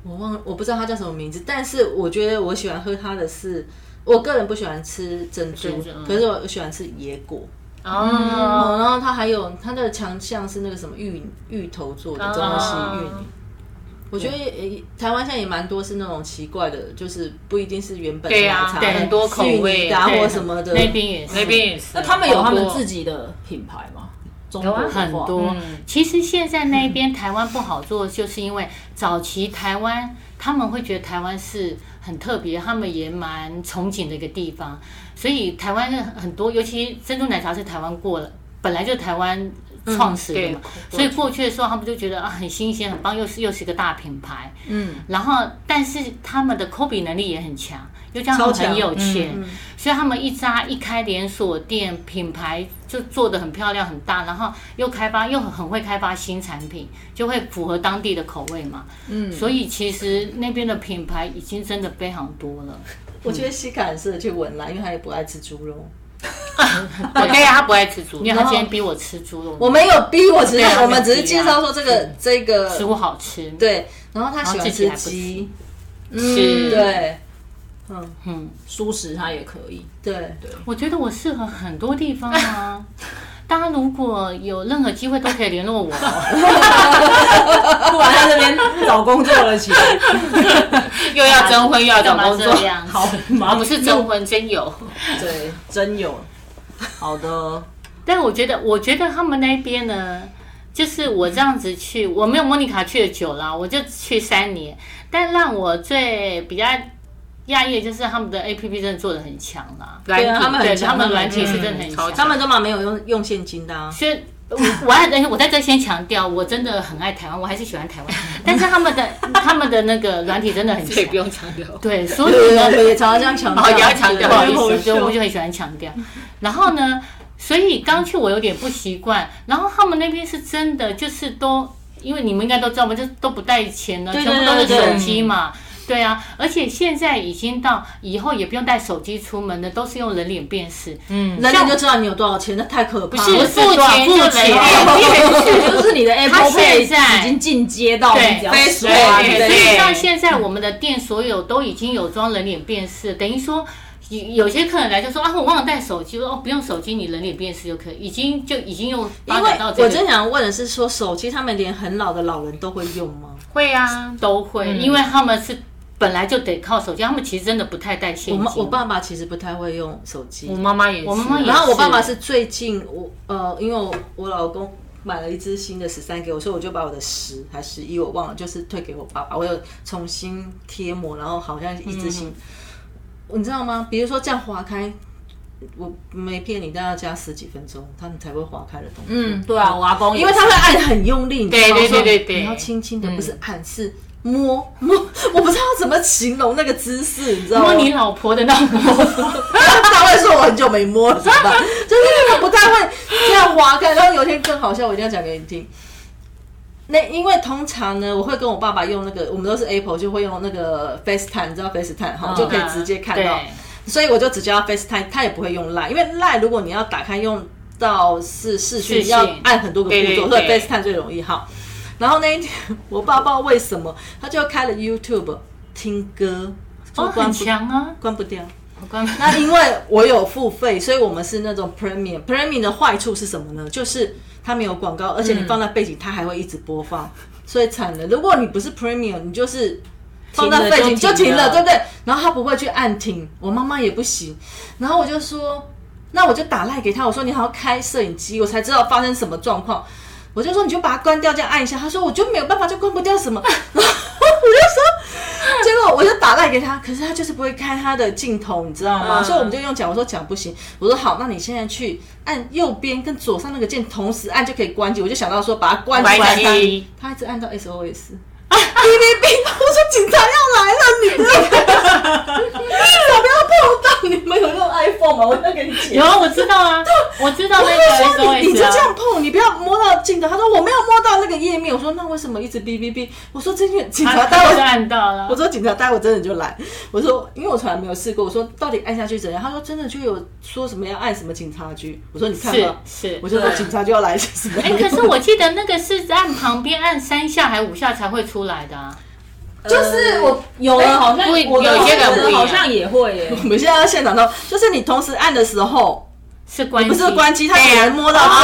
S2: 我忘了，我不知道它叫什么名字，但是我觉得我喜欢喝它的是，我个人不喜欢吃珍珠，
S4: 珍珠嗯
S2: 可是我喜欢吃野果。
S3: 嗯
S4: 哦，
S2: 哦，然后它还有它的强项是那个什么芋芋头做的中西
S3: 啊
S2: 芋泥。
S4: 哦
S2: 我觉得也也台湾现在也蛮多是那种奇怪的，就是不一定是原本
S4: 对
S2: 的
S4: 啊
S2: 奶茶，
S4: 对很多口味
S2: 芋泥的啊
S4: 对
S2: 或什么的。
S3: 那边也是，哦
S4: 那边也是，
S1: 那他们有他们自
S4: 己
S1: 己的品牌吗？中
S4: 有
S1: 国
S4: 啊
S1: 的话
S3: 很多
S4: 嗯。
S3: 其实现在那边台湾不好做，就是因为早期台湾他们会觉得台湾是很特别，他们也蛮憧憬的一个地方，所以台湾很多，尤其珍珠奶茶是台湾过了，本来就台湾创始的嘛，
S4: 对
S3: 所以过去的时候他们就觉得啊很新鲜、很棒，又是又是一个大品牌。
S1: 嗯，
S3: 然后但是他们的 copy 能力也很强，又加上他们
S1: 超强
S3: 很有钱，所以他们一家一开连锁店，品牌就做的很漂亮很大，然后又开发又很会开发新产品，就会符合当地的口味嘛。嗯，所以其实那边的品牌已经真的非常多了。
S2: 我觉得西卡很适合去闻啦，因为他也不爱吃猪肉。
S4: 哦，对啊，他不爱吃猪肉，
S3: 因为他今天逼我吃猪肉，
S2: 我没有逼我，只是
S3: 啊
S2: 我们只是
S3: 没有逼啊
S2: 介绍说这个这
S3: 食
S2: 个
S3: 物好吃。
S2: 对，然后他
S3: 然
S2: 喜
S3: 后
S2: 欢
S3: 自己
S2: 吃
S3: 还不
S2: 鸡，
S4: 是
S2: 对
S3: 嗯，
S1: 舒适它也可以。
S2: 对。
S3: 我觉得我适合很多地方
S4: *laughs*
S3: 啊。大家如果有任何机会都可以联络我哦。
S1: 突然在这边找工作了起来，
S4: 又要征婚又要找
S3: 干嘛
S4: 工
S3: 这
S4: 作，
S3: 样？
S1: 好
S4: 而
S1: 忙
S4: 不。是征婚真有，
S1: 对，真有。好的，
S3: 但我觉得，我觉得他们那边呢，就是我这样子去，我没有莫妮卡去的久啦，我就去三年。但让我最比较讶异的就是他们的 A P P 真的做的很强啦，
S4: 对
S2: 啊他们很
S3: 对
S2: 强
S3: 他们软体是真的
S4: 嗯
S3: 很
S4: 超
S3: 强。
S2: 他们都蛮没有用用现金的啊，
S3: 所以我我还我在这先强调，我真的很爱台湾，我还是喜欢台湾。但是他们的他们的那个软体真的很
S4: 这
S3: 强
S4: 也，不用强 *laughs* 调。
S3: 对，所以
S2: 对对啊
S3: 呢
S2: 对，我，们也常常这样强调，
S4: 哦也要强调
S3: 不好
S2: 对
S3: 意思，
S1: 好
S3: 就
S1: 笑
S3: 我就很喜欢强调。然后呢，所以刚去我有点不习惯。然后他们那边是真的，就是都因为你们应该都知道嘛，就都不带钱了，
S2: 对
S3: 全
S2: 对
S3: 部都是
S2: 对对
S3: 手机嘛。对啊，而且现在已经到以后也不用带手机出门了，都是用人脸辨识。
S2: 人家就知道你有多少钱，那太可怕了。
S3: 不嗯是
S4: 付钱就
S3: 付
S4: 没
S3: 钱
S1: 就
S4: 有，
S1: 是你的 Apple
S3: 现
S1: Pay
S3: 在
S1: 已经进阶到
S3: 对
S1: 你只要刷
S4: 对
S1: 你
S4: 对
S1: 的
S3: 所
S4: 对
S3: 以像现在我们的店所有都已经有装人脸辨识，等于说。有有些客人来就说啊，我忘了带手机，我说哦不用手机，你人脸辨识就可以，已经就已经用
S2: 因
S3: 发
S2: 为
S3: 展到这
S2: 我
S3: 个
S2: 真想问的是，说手机他们连很老的老人都会用吗？
S4: 会啊，
S3: 都会，
S2: 嗯
S3: 因为他们是本来就得靠手机，他们其实真的不太带现金。
S2: 我妈我爸爸其实不太会用手
S4: 我
S2: 机，
S4: 妈妈也是，
S3: 我妈妈也
S2: 然后我爸爸
S3: 是
S2: 是最近我呃，因为我我老公买了一支新的十三给我，所以我就把我的十还十一我忘了，就是退给我爸爸，我有重新贴膜，然后好像一支新，
S3: 嗯
S2: 你知道吗？比如说这样划开。我没骗你，大概要加十几分钟，他们才会划开的动作。
S1: 嗯，对啊，我阿公也
S2: 因为他会按得很用力，你知道吗
S4: 哦对对对对对嗯
S2: 你要轻轻的，不是按，是摸摸。我不知道怎么形容那个姿势，你知道
S3: 摸
S2: 吗？
S3: 你老婆的那
S2: *laughs*
S3: 种，
S2: 他会说我很久没摸了，怎
S4: *laughs*
S2: 么办？就是那个不太会这样划开。然后有一天更好笑，我一定要讲给你听。那因为通常呢，我会跟我爸爸用那个，我们都是 Apple，就会用那个 FaceTime，你知道 FaceTime 哈、就可以直接看到。
S4: 嗯对
S2: 所以我就只叫他 FaceTime，他也不会用 Line，因为 Line 如果你要打开用到是视
S4: 视
S2: 讯，
S4: 讯
S2: 要按很多个步骤，
S4: 对对
S2: 所以
S4: 对
S2: FaceTime 最容易哈。然后那一天，我爸不知道为什么他就开了 YouTube 听歌，就
S3: 哦，
S2: 关
S3: 很
S2: 不、
S3: 强啊，
S2: 关不掉。
S3: 我关
S2: *laughs* 那因为我有付费，所以我们是那种 Premium。Premium 的坏处是什么呢？就是它没有广告，而且你放在背景，它还会一直播放，所以惨了。如果你不是 Premium，你就是放在背
S3: 停
S2: 景
S3: 了
S2: 就
S3: 就停
S2: 停
S3: 了
S2: 了，对不对？然后他不会去按停，我妈妈也不行。然后我就说，那我就打赖给他，我说你好好开摄影机，我才知道发生什么状况。我就说你就把它关掉，这样按一下。他说我就没有办法，就关不掉什么。然后我就说，结果我就打赖给他，可是他就是不会开他的镜头，你知道吗？
S3: 嗯
S2: 所以我们就用讲，我说讲不行，我说好，那你现在去按右边跟左上那个键同时按就可以关机。我就想到说把它关
S4: 关
S2: 机，
S4: 机
S2: 他一直按到 SOS。哔哔哔！我说警察要来了，你们你怎么要碰到？你们有用 iPhone 吗？我要给你解
S3: 有啊，我知道啊，我知道那
S2: *laughs* 我
S3: 个
S2: 说你你就
S3: SOS
S2: 这
S3: 啊
S2: 样。碰，你不要摸到镜头。他说我没有摸到那个页面。我说那为什么一直哔哔哔？我说这个警
S3: 他
S2: 察待
S3: 他就
S2: 会，
S3: 按到了
S2: 我， *laughs* 说警察待会真的就来。我说因为我从来没有试过。我说到底按下去怎样？他说真的就有说什么要按什么警察局。我说你看
S3: 是
S2: 吧，
S3: 是
S2: 我。就说
S1: 对
S2: 警察就要来是什么
S3: *laughs* 哎、
S2: 样的？
S3: 可是我记得那个是按旁边按三下还五下才会出来的啊。
S1: 就是我有的好像
S4: 不一
S1: 我的
S4: 有些人不一样
S1: 好像也会耶。
S2: 我们现在要现场到，就是你同时按的时候，
S3: 是关机，
S2: 不是关机，他只能摸到
S3: 对啊
S2: 这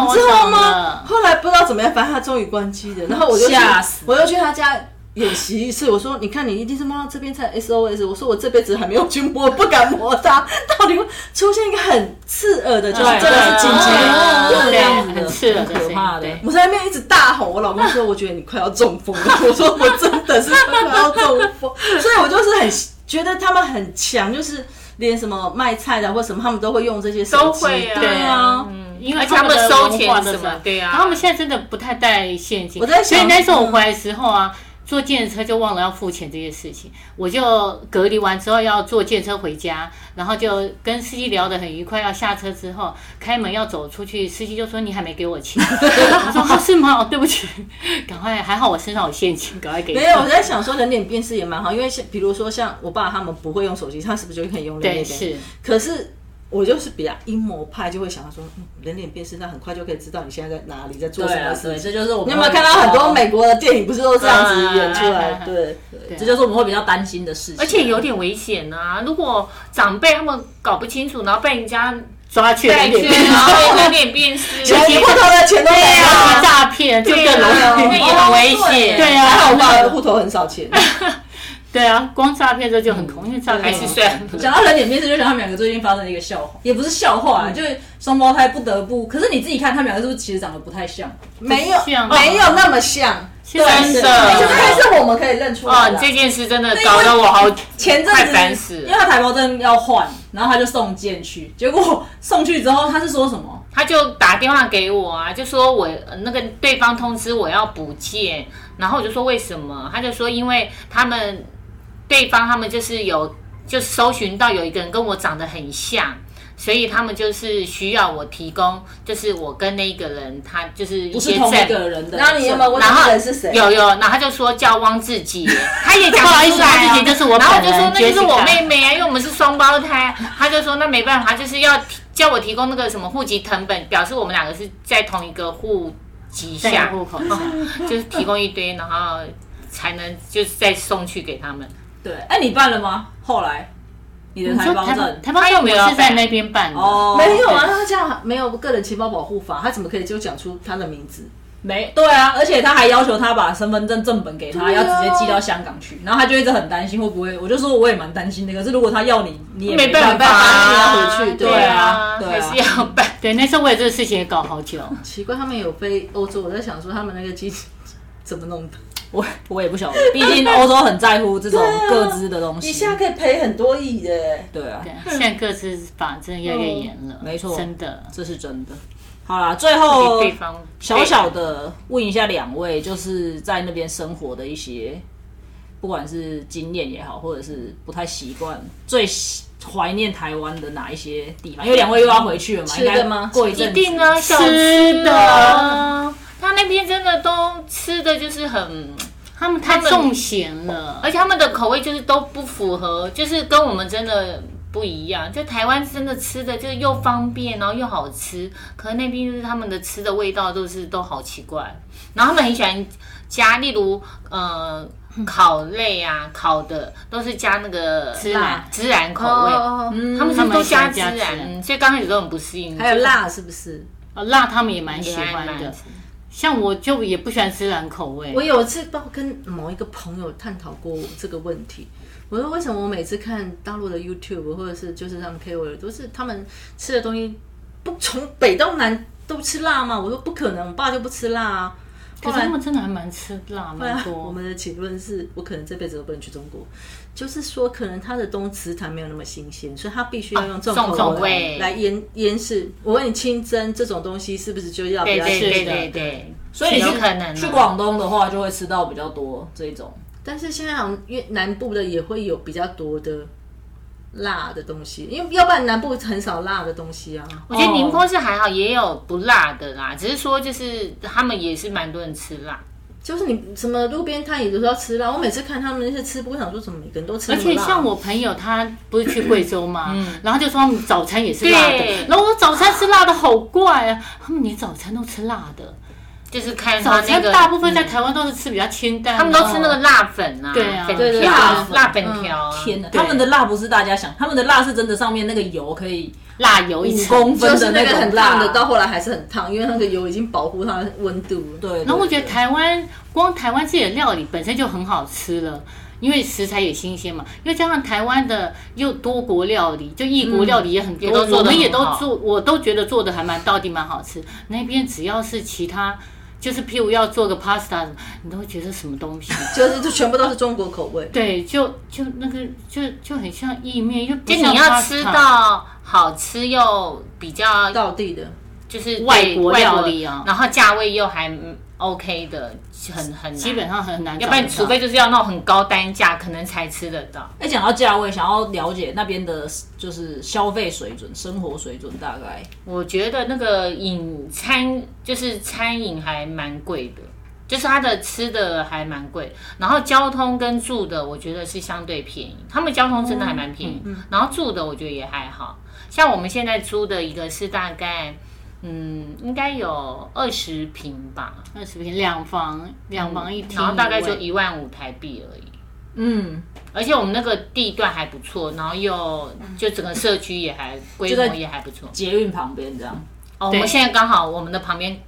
S2: 一
S3: 哦
S2: 个，你知道
S3: 我懂
S2: 吗
S3: 了？
S2: 后来不知道怎么样，反正他终于关机了。然后我就去
S1: 吓死，
S2: 我又去他家演习一次。我说：“你看，你一定是摸到这边才 SOS。”我说：“我这辈子还没有去摸，不敢摸它。到底会出现一个很刺耳的，就是
S1: 对 *laughs*
S2: 真的是紧急
S1: 对
S2: 的，
S1: 对
S2: 就是这样
S1: 样子的
S3: 很刺耳的声
S1: 很可
S3: 音
S1: 怕的
S3: 对
S2: 我在那边一直大吼，我老公说：“我觉得你快要中风了。”我说：“我真的是快要中风。”所以，我就是很觉得他们很强，就是连什么卖菜的或什么，他们都会用这些手
S4: 都
S2: 机。
S4: 会啊
S2: 对啊。
S3: 因为
S4: 而且他们
S3: 的
S4: 收
S3: 文
S4: 钱
S3: 化
S4: 什
S3: 的
S4: 么
S3: 是
S4: 对啊
S3: 他们现在真的不太带现金。
S2: 我在
S3: 所
S2: 想
S3: 以那时候我回来的时候啊，坐电车就忘了要付钱这件事情。我就隔离完之后要坐电车回家，然后就跟司机聊得很愉快。要下车之后，开门要走出去，司机就说：“你还没给我钱。” *laughs* 我说：“哦，是吗？哦，对不起， *laughs* 赶快，还好我身上有现金，赶快给。”
S2: 没有，我在想说人脸辨识也蛮好，因为像比如说像我爸他们不会用手机，他是不是就可以用人
S3: 对
S2: 脸辨识？
S3: 是。
S2: 可是我就是比较阴谋派，就会想说、嗯、人脸辨识，那很快就可以知道你现在在哪里，在做
S1: 对
S2: 什
S1: 啊
S2: 么，事
S1: 对，
S2: 情。
S1: 这就是我们哦
S2: 你有没有看到很多
S1: 美，
S2: 美国的电影不是都这样子演出
S3: 嗯嗯嗯嗯
S2: 来？对，
S1: 这就是我们会比较担心的事情。
S4: 而且有点危险啊！如果长辈他们搞不清楚，然后被人家
S3: 抓去
S4: 带 *laughs* 去，然后有点辨 *laughs* 识，
S2: 连户头的钱都没有。
S3: 要去诈骗就更
S4: 对啊
S3: 容
S4: 那
S3: 易，
S4: 也很危险。
S3: 对啊，
S2: 还好我爸的户头很少
S4: *laughs*
S2: 钱。
S3: 对啊，光诈骗这就很恐怖，因为诈骗
S4: 还是算了。
S1: 讲到人脸辨识，就想他们两个最近发生的一个笑话，也不是笑话啊，就是双胞胎不得不。可是你自己看，他们两个是不是其实长得不太像？
S2: 没有
S3: 不像
S4: 啊
S2: 没有那么像，
S3: 现在
S4: 真
S3: 是
S4: 的
S2: 就但是我们可以认出
S4: 哦，
S2: 来
S4: 你
S2: 啦。
S4: 这件事真的搞得我好
S1: 前阵
S4: 快
S1: 子
S4: 烦死
S1: 因为
S4: 了。
S1: 他台胞证要换，然后他就送件去，结果送去之后他是说什么？
S4: 他就打电话给我啊，就说我呃那个对方通知我要补件，然后我就说为什么？他就说因为他们对方他们就是有就是搜寻到有一个人跟我长得很像。所以他们就是需要我提供，就是我跟那个人，他就是一
S1: 不是
S4: 些
S1: 同一
S4: 证
S1: 个人的。
S2: 然后你有没有问
S4: 然
S2: 那
S4: 后
S2: 个人是谁？
S4: 有有，然后他就说叫汪志 *laughs* 杰，他也讲
S3: 不好意
S4: 出
S3: 思
S4: 来啊
S3: 汪志杰就是我
S4: 然后我
S3: 本
S4: 就
S3: 人
S4: 说那就是我
S3: Jessica
S4: 妹妹啊，因为我们是双胞胎。他就说那没办法，就是要提叫我提供那个什么户籍成本，表示我们两个是在同一个户籍
S3: 下
S4: 下，
S3: 户口，
S4: 就是提供一堆，然后才能就是再送去给他们。
S1: 对，哎，你办了吗？后来你的
S3: 你
S1: 台
S3: 说
S1: 胞
S3: 台
S1: 证
S3: 台胞证我们是在那边办的，
S1: 哦，
S2: 没有啊，他这样没有个人情报保护法，他怎么可以就讲出他的名字？
S1: 没对啊，而且他还要求他把身份证正本给他，
S2: 对
S1: 要直
S2: 啊
S1: 接寄到香港去。然后他就一直很担心会不会，我就说我也蛮担心的。可是如果他要你，你也
S4: 没
S1: 办
S4: 办啊，
S2: 没办法你要回去对
S4: 对啊，
S1: 对
S4: 还
S1: 啊
S4: 是要办。
S3: *laughs* 对，那时候我也这个事情也搞好久，
S2: 奇怪，他们有飞欧洲，我在想说他们那个机器怎么弄的？
S1: 我我也不晓得，毕竟欧洲很在乎这种各自的
S2: *laughs*
S1: 东西。
S2: 一下可以赔很多亿的。
S1: 对啊
S3: 对，，现在各自法真的越来越严了，
S1: 没错
S3: 真的。
S1: 这是真的。好啦，最后
S4: 对方
S1: 小小的问一下两位，就是在那边生活的一些，不管是经验也好，或者是不太习惯，最喜怀念台湾的哪一些地方？因为两位又要回去了嘛，
S2: 吃
S1: 应
S2: 的
S1: 该
S2: 吗啊
S1: 过一阵
S4: 一
S1: 子
S4: 定啊，小
S3: 吃
S4: 吃
S3: 的
S4: *laughs* 啊。他那那边真的都吃的就是很，
S3: 他们太
S4: 他们
S3: 重咸了，
S4: 而且他们的口味就是都不符合，就是跟我们真的不一样。就台湾真的吃的就是又方便，然后又好吃，可是那边就是他们的吃的味道都是都好奇怪。然后他们很喜欢加，例如呃烤类啊，烤的都是加那个
S3: 孜然
S4: 孜然口味，
S2: 哦，
S1: 嗯
S4: 他们
S3: 他
S4: 是
S3: 们
S4: 都
S3: 喜欢
S4: 加
S3: 加
S4: 孜
S3: 孜然
S4: 然，所以刚开始都很不适应。
S2: 还有辣是不是？
S3: 呃辣他们也蛮
S4: 也
S3: 喜
S4: 还
S3: 欢
S4: 蛮
S3: 的。像我就也不喜欢孜然口味，
S2: 我哎有一次不知道跟某一个朋友探讨过这个问题，我说为什么我每次看大陆的 YouTube 或者是就是他们 KOL 都是他们吃的东西不从北到南都吃辣吗？我说不可能，我爸就不吃辣啊。
S3: 可
S2: 后
S3: 是他
S2: 来
S3: 们真的还蛮吃辣，蛮
S2: 啊我
S3: 多。
S2: 们的结论是我可能这辈子都不能去中国，就是说可能它的东西食材没有那么新鲜，所以它必须要用重
S4: 重
S2: 口
S4: 口
S2: 味
S4: 味
S2: 来腌腌制。我问你清蒸这种东西是不是就要比
S4: 对
S2: 较
S4: 对
S2: 新
S4: 对
S2: 的
S4: 对对，
S1: 所以你
S4: 有
S1: 去
S4: 可能啊
S1: 去广东的话，就会吃到比较多这种。
S2: 但是现在好像越南部的也会有比较多的辣的东西，因为要不然南部很少辣的东西啊。
S4: 我觉得
S3: 哦
S4: 宁波是还好，也有不辣的啦，只是说就是他们也是蛮多人吃辣，
S2: 就是你什么路边摊也都是要吃辣，我每次看他们那些吃播，我想说怎么每个人都吃
S3: 而
S2: 那么
S3: 且
S2: 辣
S3: 像我朋友他不是去贵州嘛，然后就说他们早餐也是辣的
S4: 嗯对，
S3: 然后我早餐吃辣的好怪啊，他们连早餐都吃辣的，
S4: 就是看
S3: 早
S4: 他那
S3: 餐
S4: 个，
S3: 大部分在台湾都是吃比较清淡，
S4: 他们都吃那个辣粉啊，
S3: 对嗯啊
S4: 粉
S2: 对对
S4: 条
S2: 辣
S4: 啊
S2: 粉
S4: 辣粉条啊，
S1: 天哪，
S3: 对
S1: 他们的辣不是大家想，他们的辣是真的上面那个油可以
S3: 辣油一
S1: 五
S3: 层。
S1: 公
S2: 就
S1: 分
S2: 是
S1: 的
S2: 那个很
S1: 种
S2: 烫
S1: 辣
S2: 的，到后来还是很烫，因为那个油已经保护它的温度。
S1: 对。对
S3: 然后我觉得
S1: 对
S3: 台湾光台湾自己的料理本身就很好吃了。因为食材也新鲜嘛，因为加上台湾的又多国料理，就异国料理也很多，
S4: 嗯也都做得
S3: 我们也都
S4: 很好
S3: 做，我都觉得做的还蛮到底蛮好吃。那边只要是其他，就是譬如要做个 pasta，你都会觉得什么东
S4: *laughs*
S3: 西？
S2: 就是就全部都是中国口味，
S3: 对，就就那个就就很像意面，又不
S4: 就
S3: 像
S4: 你要
S3: pasta
S4: 吃到好吃又比较
S2: 道地的。
S4: 就是
S3: 外
S4: 对
S3: 国
S4: 外
S3: 料理啊
S4: 然后价位又还嗯 OK 的，很很难
S3: 基本。上很难找得到，
S4: 要不然，除非就是要那种很高单价，可能才吃得到。
S1: 哎，讲到价位，想要了解那边的，就是消费水准、生活水准大概。
S4: 我觉得那个饮餐就是餐饮还蛮贵的，就是它的吃的还蛮贵，然后交通跟住的我觉得是相对便宜，他们交通真的还蛮便宜，然后住的我觉得也还好，像我们现在租的一个是大概。嗯，应该有二十平吧，
S3: 二十平两房两房一厅，
S4: 嗯然后大概就
S3: 一
S4: 一万五台币而已。
S1: 嗯，
S4: 而且我们那个地段还不错，然后又就整个社区也还规模也还不错。
S1: 捷运旁边这样。
S4: 哦，我们现在刚好我们的旁边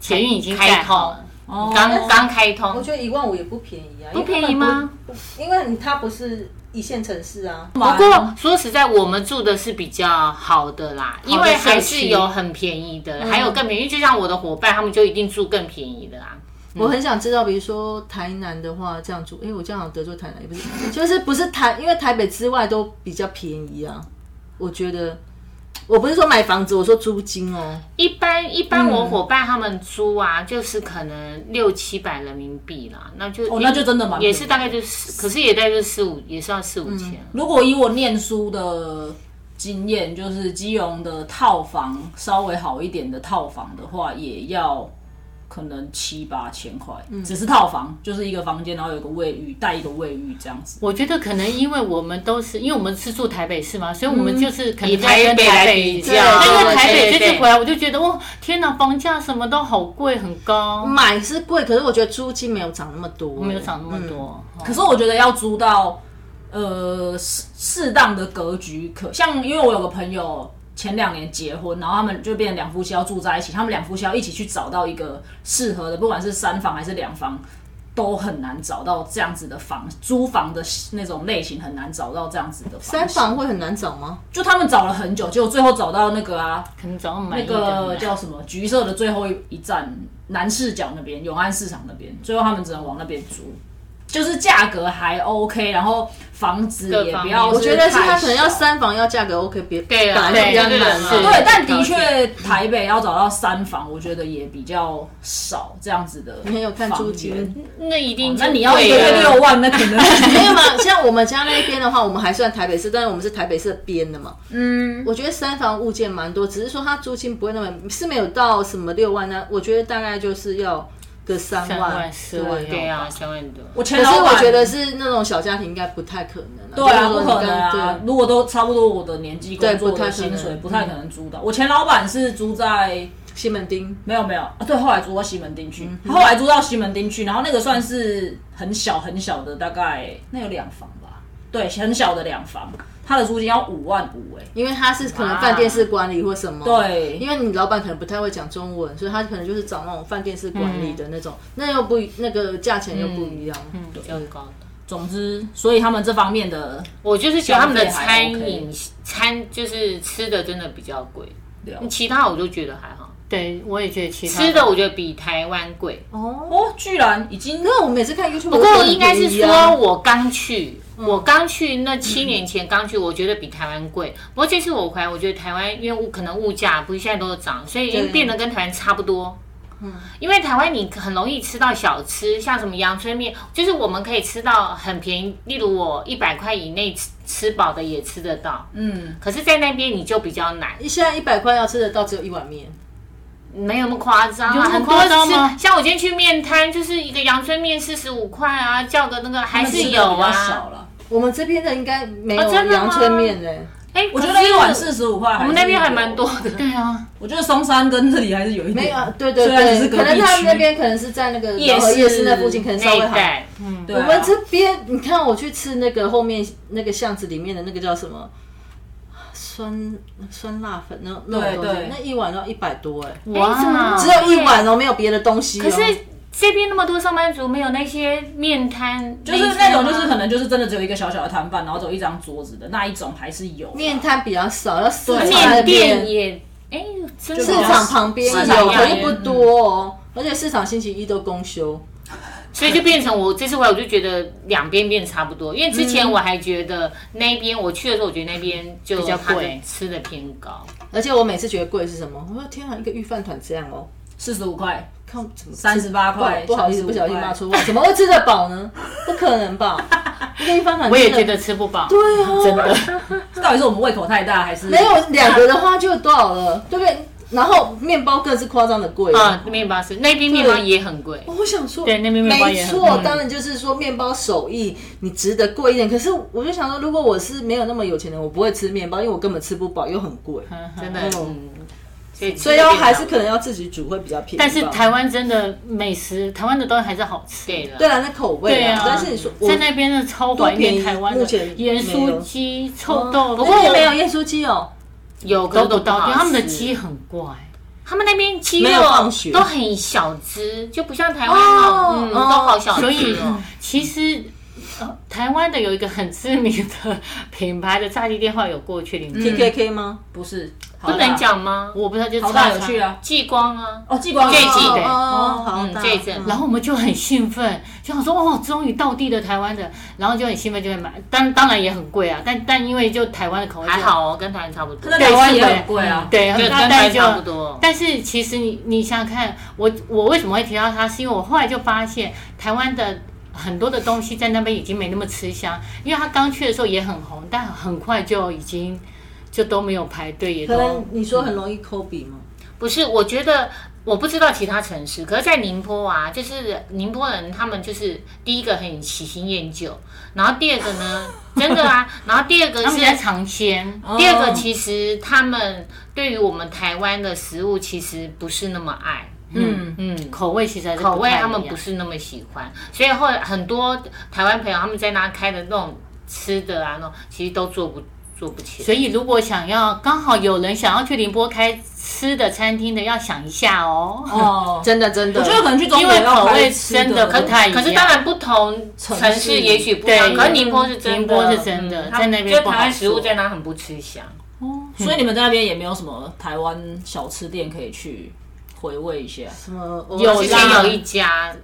S3: 捷运已经
S4: 开
S3: 盖好
S4: 通
S3: 了，
S1: 哦
S4: 刚刚开
S2: 我
S4: 通，
S2: 觉得一万五也不便宜啊，
S4: 不便宜吗？
S2: 因为它不是一线城市啊，
S1: 不
S4: 不过说实在，我们住的是比较好的啦，因为
S3: 社
S4: 还是
S3: 区
S4: 有很便宜的，
S1: 嗯
S4: 还有更便宜。就像我的伙伴，他们就一定住更便宜的啦。
S2: 我很想知道，比如说台南的话，这样住，因为我这样好像得罪台南，也不是，就是不是台，因为台北之外都比较便宜啊。我觉得，我不是说买房子，我说租金哦，
S4: 一般一般我伙伴他们租
S1: 嗯
S4: 啊，就是可能六七百人民币啦，那就
S1: 哦那就真的嗯蛮便宜
S4: 也是大概就是，可是也大概就四五，也是要四五千。
S1: 如果以我念书的经验，就是基隆的套房稍微好一点的套房的话，也要可能七八千块，
S4: 嗯
S1: 只是套房，就是一个房间，然后有个卫浴，带一个卫浴这样子。
S3: 我觉得可能因为我们都是，因为我们是住台北市嘛，所以我
S1: 嗯
S3: 们就是可能
S4: 以
S3: 在跟
S4: 台北
S3: 台
S4: 来
S3: 北
S4: 比
S3: 较，
S4: 较
S3: 对因为
S2: 对
S3: 台北这
S4: 对
S3: 次
S4: 对
S3: 回来，我就觉得哇，天哪，房价什么都好贵，很高，
S2: 买是贵，可是我觉得租金没有涨那么多，
S3: 没有涨那么多。
S1: 嗯
S3: 哦
S1: 可是我觉得要租到呃适适当的格局可，像因为我有个朋友前两年结婚，然后他们就变成两夫妻要住在一起，他们两夫妻要一起去找到一个适合的，不管是三房还是两房。都很难找到这样子的房，租房的那种类型很难找到这样子的房。
S2: 三，房会很难找吗？
S1: 就他们找了很久，结果最后找到那个啊，
S3: 可能找到满
S1: 那
S3: 意的
S1: 个叫什么橘色的最后一一站南市角那边，永安市场那边，最后他们只能往那边租。就是价格还 OK，然后房子也不要，
S4: 各方面
S2: 我觉得是他可能要。三房要价格 OK，别
S3: 对啊
S2: 本来就比较
S3: 对
S2: 难
S3: 对
S2: 嘛。
S3: 对
S1: 对，但的
S3: 条件
S1: 确台北要找到三房，我觉得也比较少这样子的房源。
S2: 没有看租金
S4: 那一定就
S1: 哦那你要一个
S4: 贵
S1: 月
S4: 了
S2: 啊
S1: 六万，那可能 *laughs*
S2: 没有嘛？像我们家那边的话，我们还算台北市，但是我们是台北市的边的嘛。
S1: 嗯，
S2: 我觉得三房物件蛮多，只是说它租金不会那么是没有到什么六万呢、啊我觉得大概就是要个三
S3: 三
S2: 万
S3: 万四万
S2: 对
S4: 对啊，三万多。
S1: 我前
S2: 可是
S1: 老板
S2: 我觉得是那种小家庭应该不太可能、啊。
S1: 对啊，
S2: 就是
S1: 不
S2: 说
S1: 可
S2: 你
S1: 能
S2: 刚
S1: 啊！
S2: 对
S1: 如果都差不多我的年纪工作
S2: 对不太
S1: 的
S2: 可能嗯
S1: 薪水，不太可能租到。我前老板是租在
S2: 西门町
S1: 没有没有啊，对，后来租到西门町去，后来租到西门町去，然后那个算是很小很小的，大概那有两房吧，对，很小的两房，他的租金要五万五哎、
S2: 因为他是可能饭店式管理或什么，
S1: 对
S2: 因为你老板可能不太会讲中文，所以他可能就是找那种饭店式管理的那种，
S1: 嗯
S2: 那又不一那个价钱又不一样，
S3: 嗯，比较高的。
S1: 总之，所以他们这方面的
S4: 我就是觉得他们的
S1: 消费还
S4: 餐
S1: OK
S4: 饮餐就是吃的真的比较贵
S1: 了，
S4: 其他我都觉得还好。
S3: 对，我也觉得其他
S4: 吃的我觉得比台湾贵，
S2: 哦。
S1: 哦，居然已经
S2: 那我每次看 YouTube，
S4: 不过应该是
S2: 我觉得很便宜
S4: 说
S2: 啊
S4: 我刚去，我刚去那七年前刚去，我觉得比台湾贵。不过这次我回来，我觉得台湾因为物可能物价不是现在都有涨，所以已经变得跟台湾差不多。嗯，因为台湾你很容易吃到小吃，像什么阳春面，就是我们可以吃到很便宜，例如我一百块以内吃吃饱的也吃得到。
S1: 嗯，
S4: 可是，在那边你就比较难，
S2: 现在一百块要吃得到只有一碗面，
S4: 没有那么夸张、
S3: 有
S4: 啊，
S3: 那么
S4: 很
S3: 夸张
S4: 多
S3: 吗
S4: 吃像我今天去面摊，就是一个阳春面四十五块啊，叫个那个还是有
S1: 他们吃的比较
S4: 啊
S1: 少。了。
S2: 我们这边哦的应该没
S4: 啊
S2: 有
S4: 真的吗
S2: 阳春面嘞、
S4: 哎、
S1: 我觉
S4: 可
S1: 得
S4: 是
S1: 一碗四十五块，
S4: 我们那边还蛮多。的。
S3: 对啊，
S1: 我觉得松山跟这里还是有一
S2: 没有
S1: 点，
S2: 啊，对对
S1: 虽然只是
S2: 对，
S1: 隔
S2: 可能
S1: 壁
S2: 他
S1: 区
S2: 们那边可能是在那个
S1: 夜
S2: 老河夜市
S1: 市
S2: 那附近，可能稍
S4: 那
S2: 微
S4: 一
S2: 好。
S4: 带，
S1: 对
S2: 我
S1: 啊
S2: 们这边，你看我去吃那个后面那个巷子里面的那个叫什么酸酸辣粉那那种
S1: 对
S2: 东西
S1: 对，
S2: 那一碗要一百多哎、
S3: 哇
S4: 哎这么
S2: 只有一碗哦，没有别的东西、哦。
S4: 可是这边那么多上班族，没有那些面摊，
S1: 就是那
S3: 啊
S4: 那
S1: 种就是可能就是真的只有一个小小的摊贩，然后只有一张桌子的那一种还是有啊
S2: 面摊比较少，要市
S1: 对
S2: 场的
S4: 面
S2: 面
S4: 店也，哎、真的
S2: 市
S1: 就比较
S2: 场旁边
S1: 市场
S2: 有，可
S1: 旁
S2: 是
S1: 边
S2: 不多哦。而且市场星期一都公休，
S4: 所以就变成我这次回来，我就觉得两边变差不多。因为之前我还觉得那边、我去的时候，我觉得那边就
S3: 比较
S4: 它的
S3: 贵
S4: 吃的偏高。
S2: 而且我每次觉得贵是什么？我说天啊，一个御饭团这样哦，
S1: 四十五块，
S2: 看我怎么
S1: 三十八
S2: 不好
S1: 块，
S2: 不好意思，不小心
S1: 35块
S2: 骂出话，怎么会吃得饱呢？不可能吧？一个御饭团
S3: 我也
S2: 真的
S3: 觉得吃不饱，
S2: 对啊，
S3: 真的。
S1: 到底是我们胃口太大，还是
S2: 没有两个的话就有多少了，对不对？然后面包更是夸张的贵
S4: 啊，面包是那边面包也很贵。
S2: 哦我想说，
S3: 对那边面包也
S2: 没
S3: 很
S2: 错，
S3: 嗯
S2: 当然就是说面包手艺你值得贵一点。可是我就想说，如果我是没有那么有钱的，我不会吃面包，因为我根本吃不饱又很贵，
S4: 真的，嗯，所以
S2: 所以要还是可能要自己煮会比较便宜吧。
S3: 但是台湾真的美食，台湾的东西还是好吃。
S4: 对了，
S2: 对啊，那口味
S3: 对啊
S2: 但是你说我
S3: 在那边的超怀念台湾的
S2: 多便宜
S3: 盐
S2: 目前没
S3: 酥
S2: 有哦
S3: 鸡、臭豆腐，
S2: 不过没有验酥鸡哦，
S4: 有可
S3: 都
S4: 是
S3: 不
S4: 都不
S3: 到，
S4: 好
S3: 因
S4: 吃哦
S3: 为他们的鸡，很怪。
S4: 他们那边鸡
S2: 没有放
S4: 肉
S2: 血
S4: 都很小只，就不像台湾那
S2: 哦
S4: 种，嗯，都
S2: 哦
S4: 好小只
S3: 所以
S4: 哦。
S3: 其实、呃台湾的有一个很知名的品牌的炸鸡店，后来有过去领
S4: 嗯
S2: ，K
S3: 进，
S2: K K 吗？
S1: 不是
S4: 不能，讲吗？
S3: 我不知道就是
S1: 好大
S3: 叉
S1: 有
S3: 叉
S1: 趣。啊！
S4: 继光啊，
S1: 哦，季光
S4: 这一季
S2: 哦
S4: 对
S2: 哦，好
S4: 嗯
S2: 大，
S4: 这一阵
S3: 然后我们就很兴奋，就想说哦，终于到地的台湾的，然后就很兴奋就会买，但当然也很贵啊，但但因为就台湾的口味就
S4: 还，好哦，跟台湾差不多
S1: 可。是台湾也很贵啊。
S3: 嗯对，
S4: 对，跟
S3: 那
S4: 台
S3: 但
S4: 湾
S3: 就
S4: 差不多。
S3: 但是其实你你想想看，我我为什么会提到它，是因为我后来就发现台湾的很多的东西在那边已经没那么吃香，因为它刚去的时候也很红，但很快就已经就都没有排队，也
S2: 可
S3: 都
S2: 能你说很容易抠鼻吗？
S4: 不是，我觉得我不知道其他城市，可是在宁波啊，就是宁波人他们就是第一个很喜新厌旧，然后第二个呢，真的啊，然后第二个
S3: 他们
S4: 是
S3: 在尝鲜，
S1: 哦
S4: 第二个，其实他们对于我们台湾的食物其实不是那么爱，
S1: 嗯，
S4: 嗯，
S3: 口味其实还是不太
S4: 口味他们
S3: 一样
S4: 不是那么喜欢，所以后来很多台湾朋友他们在那开的那种吃的啊，那种其实都做不做不起来。
S3: 所以如果想要刚好有人想要去宁波开吃的餐厅的，要想一下哦。
S1: 哦，
S2: 真的真的，
S1: 我觉得可能去中国
S3: 因为
S1: 要
S3: 口味
S1: 开吃
S3: 真的不太一样
S4: 可是当然不同城市也许不一样，
S3: 啊对
S4: 啊可是宁波是真的，
S3: 宁波是真的
S4: 嗯他
S3: 在那边
S4: 就
S3: 不好
S4: 台湾食物
S3: 做
S4: 在那很不吃香。
S1: 所以你们在那边也没有什么台湾小吃店可以去回味一下。
S2: 什么
S3: 有
S4: 之
S3: 啦
S4: 前有一家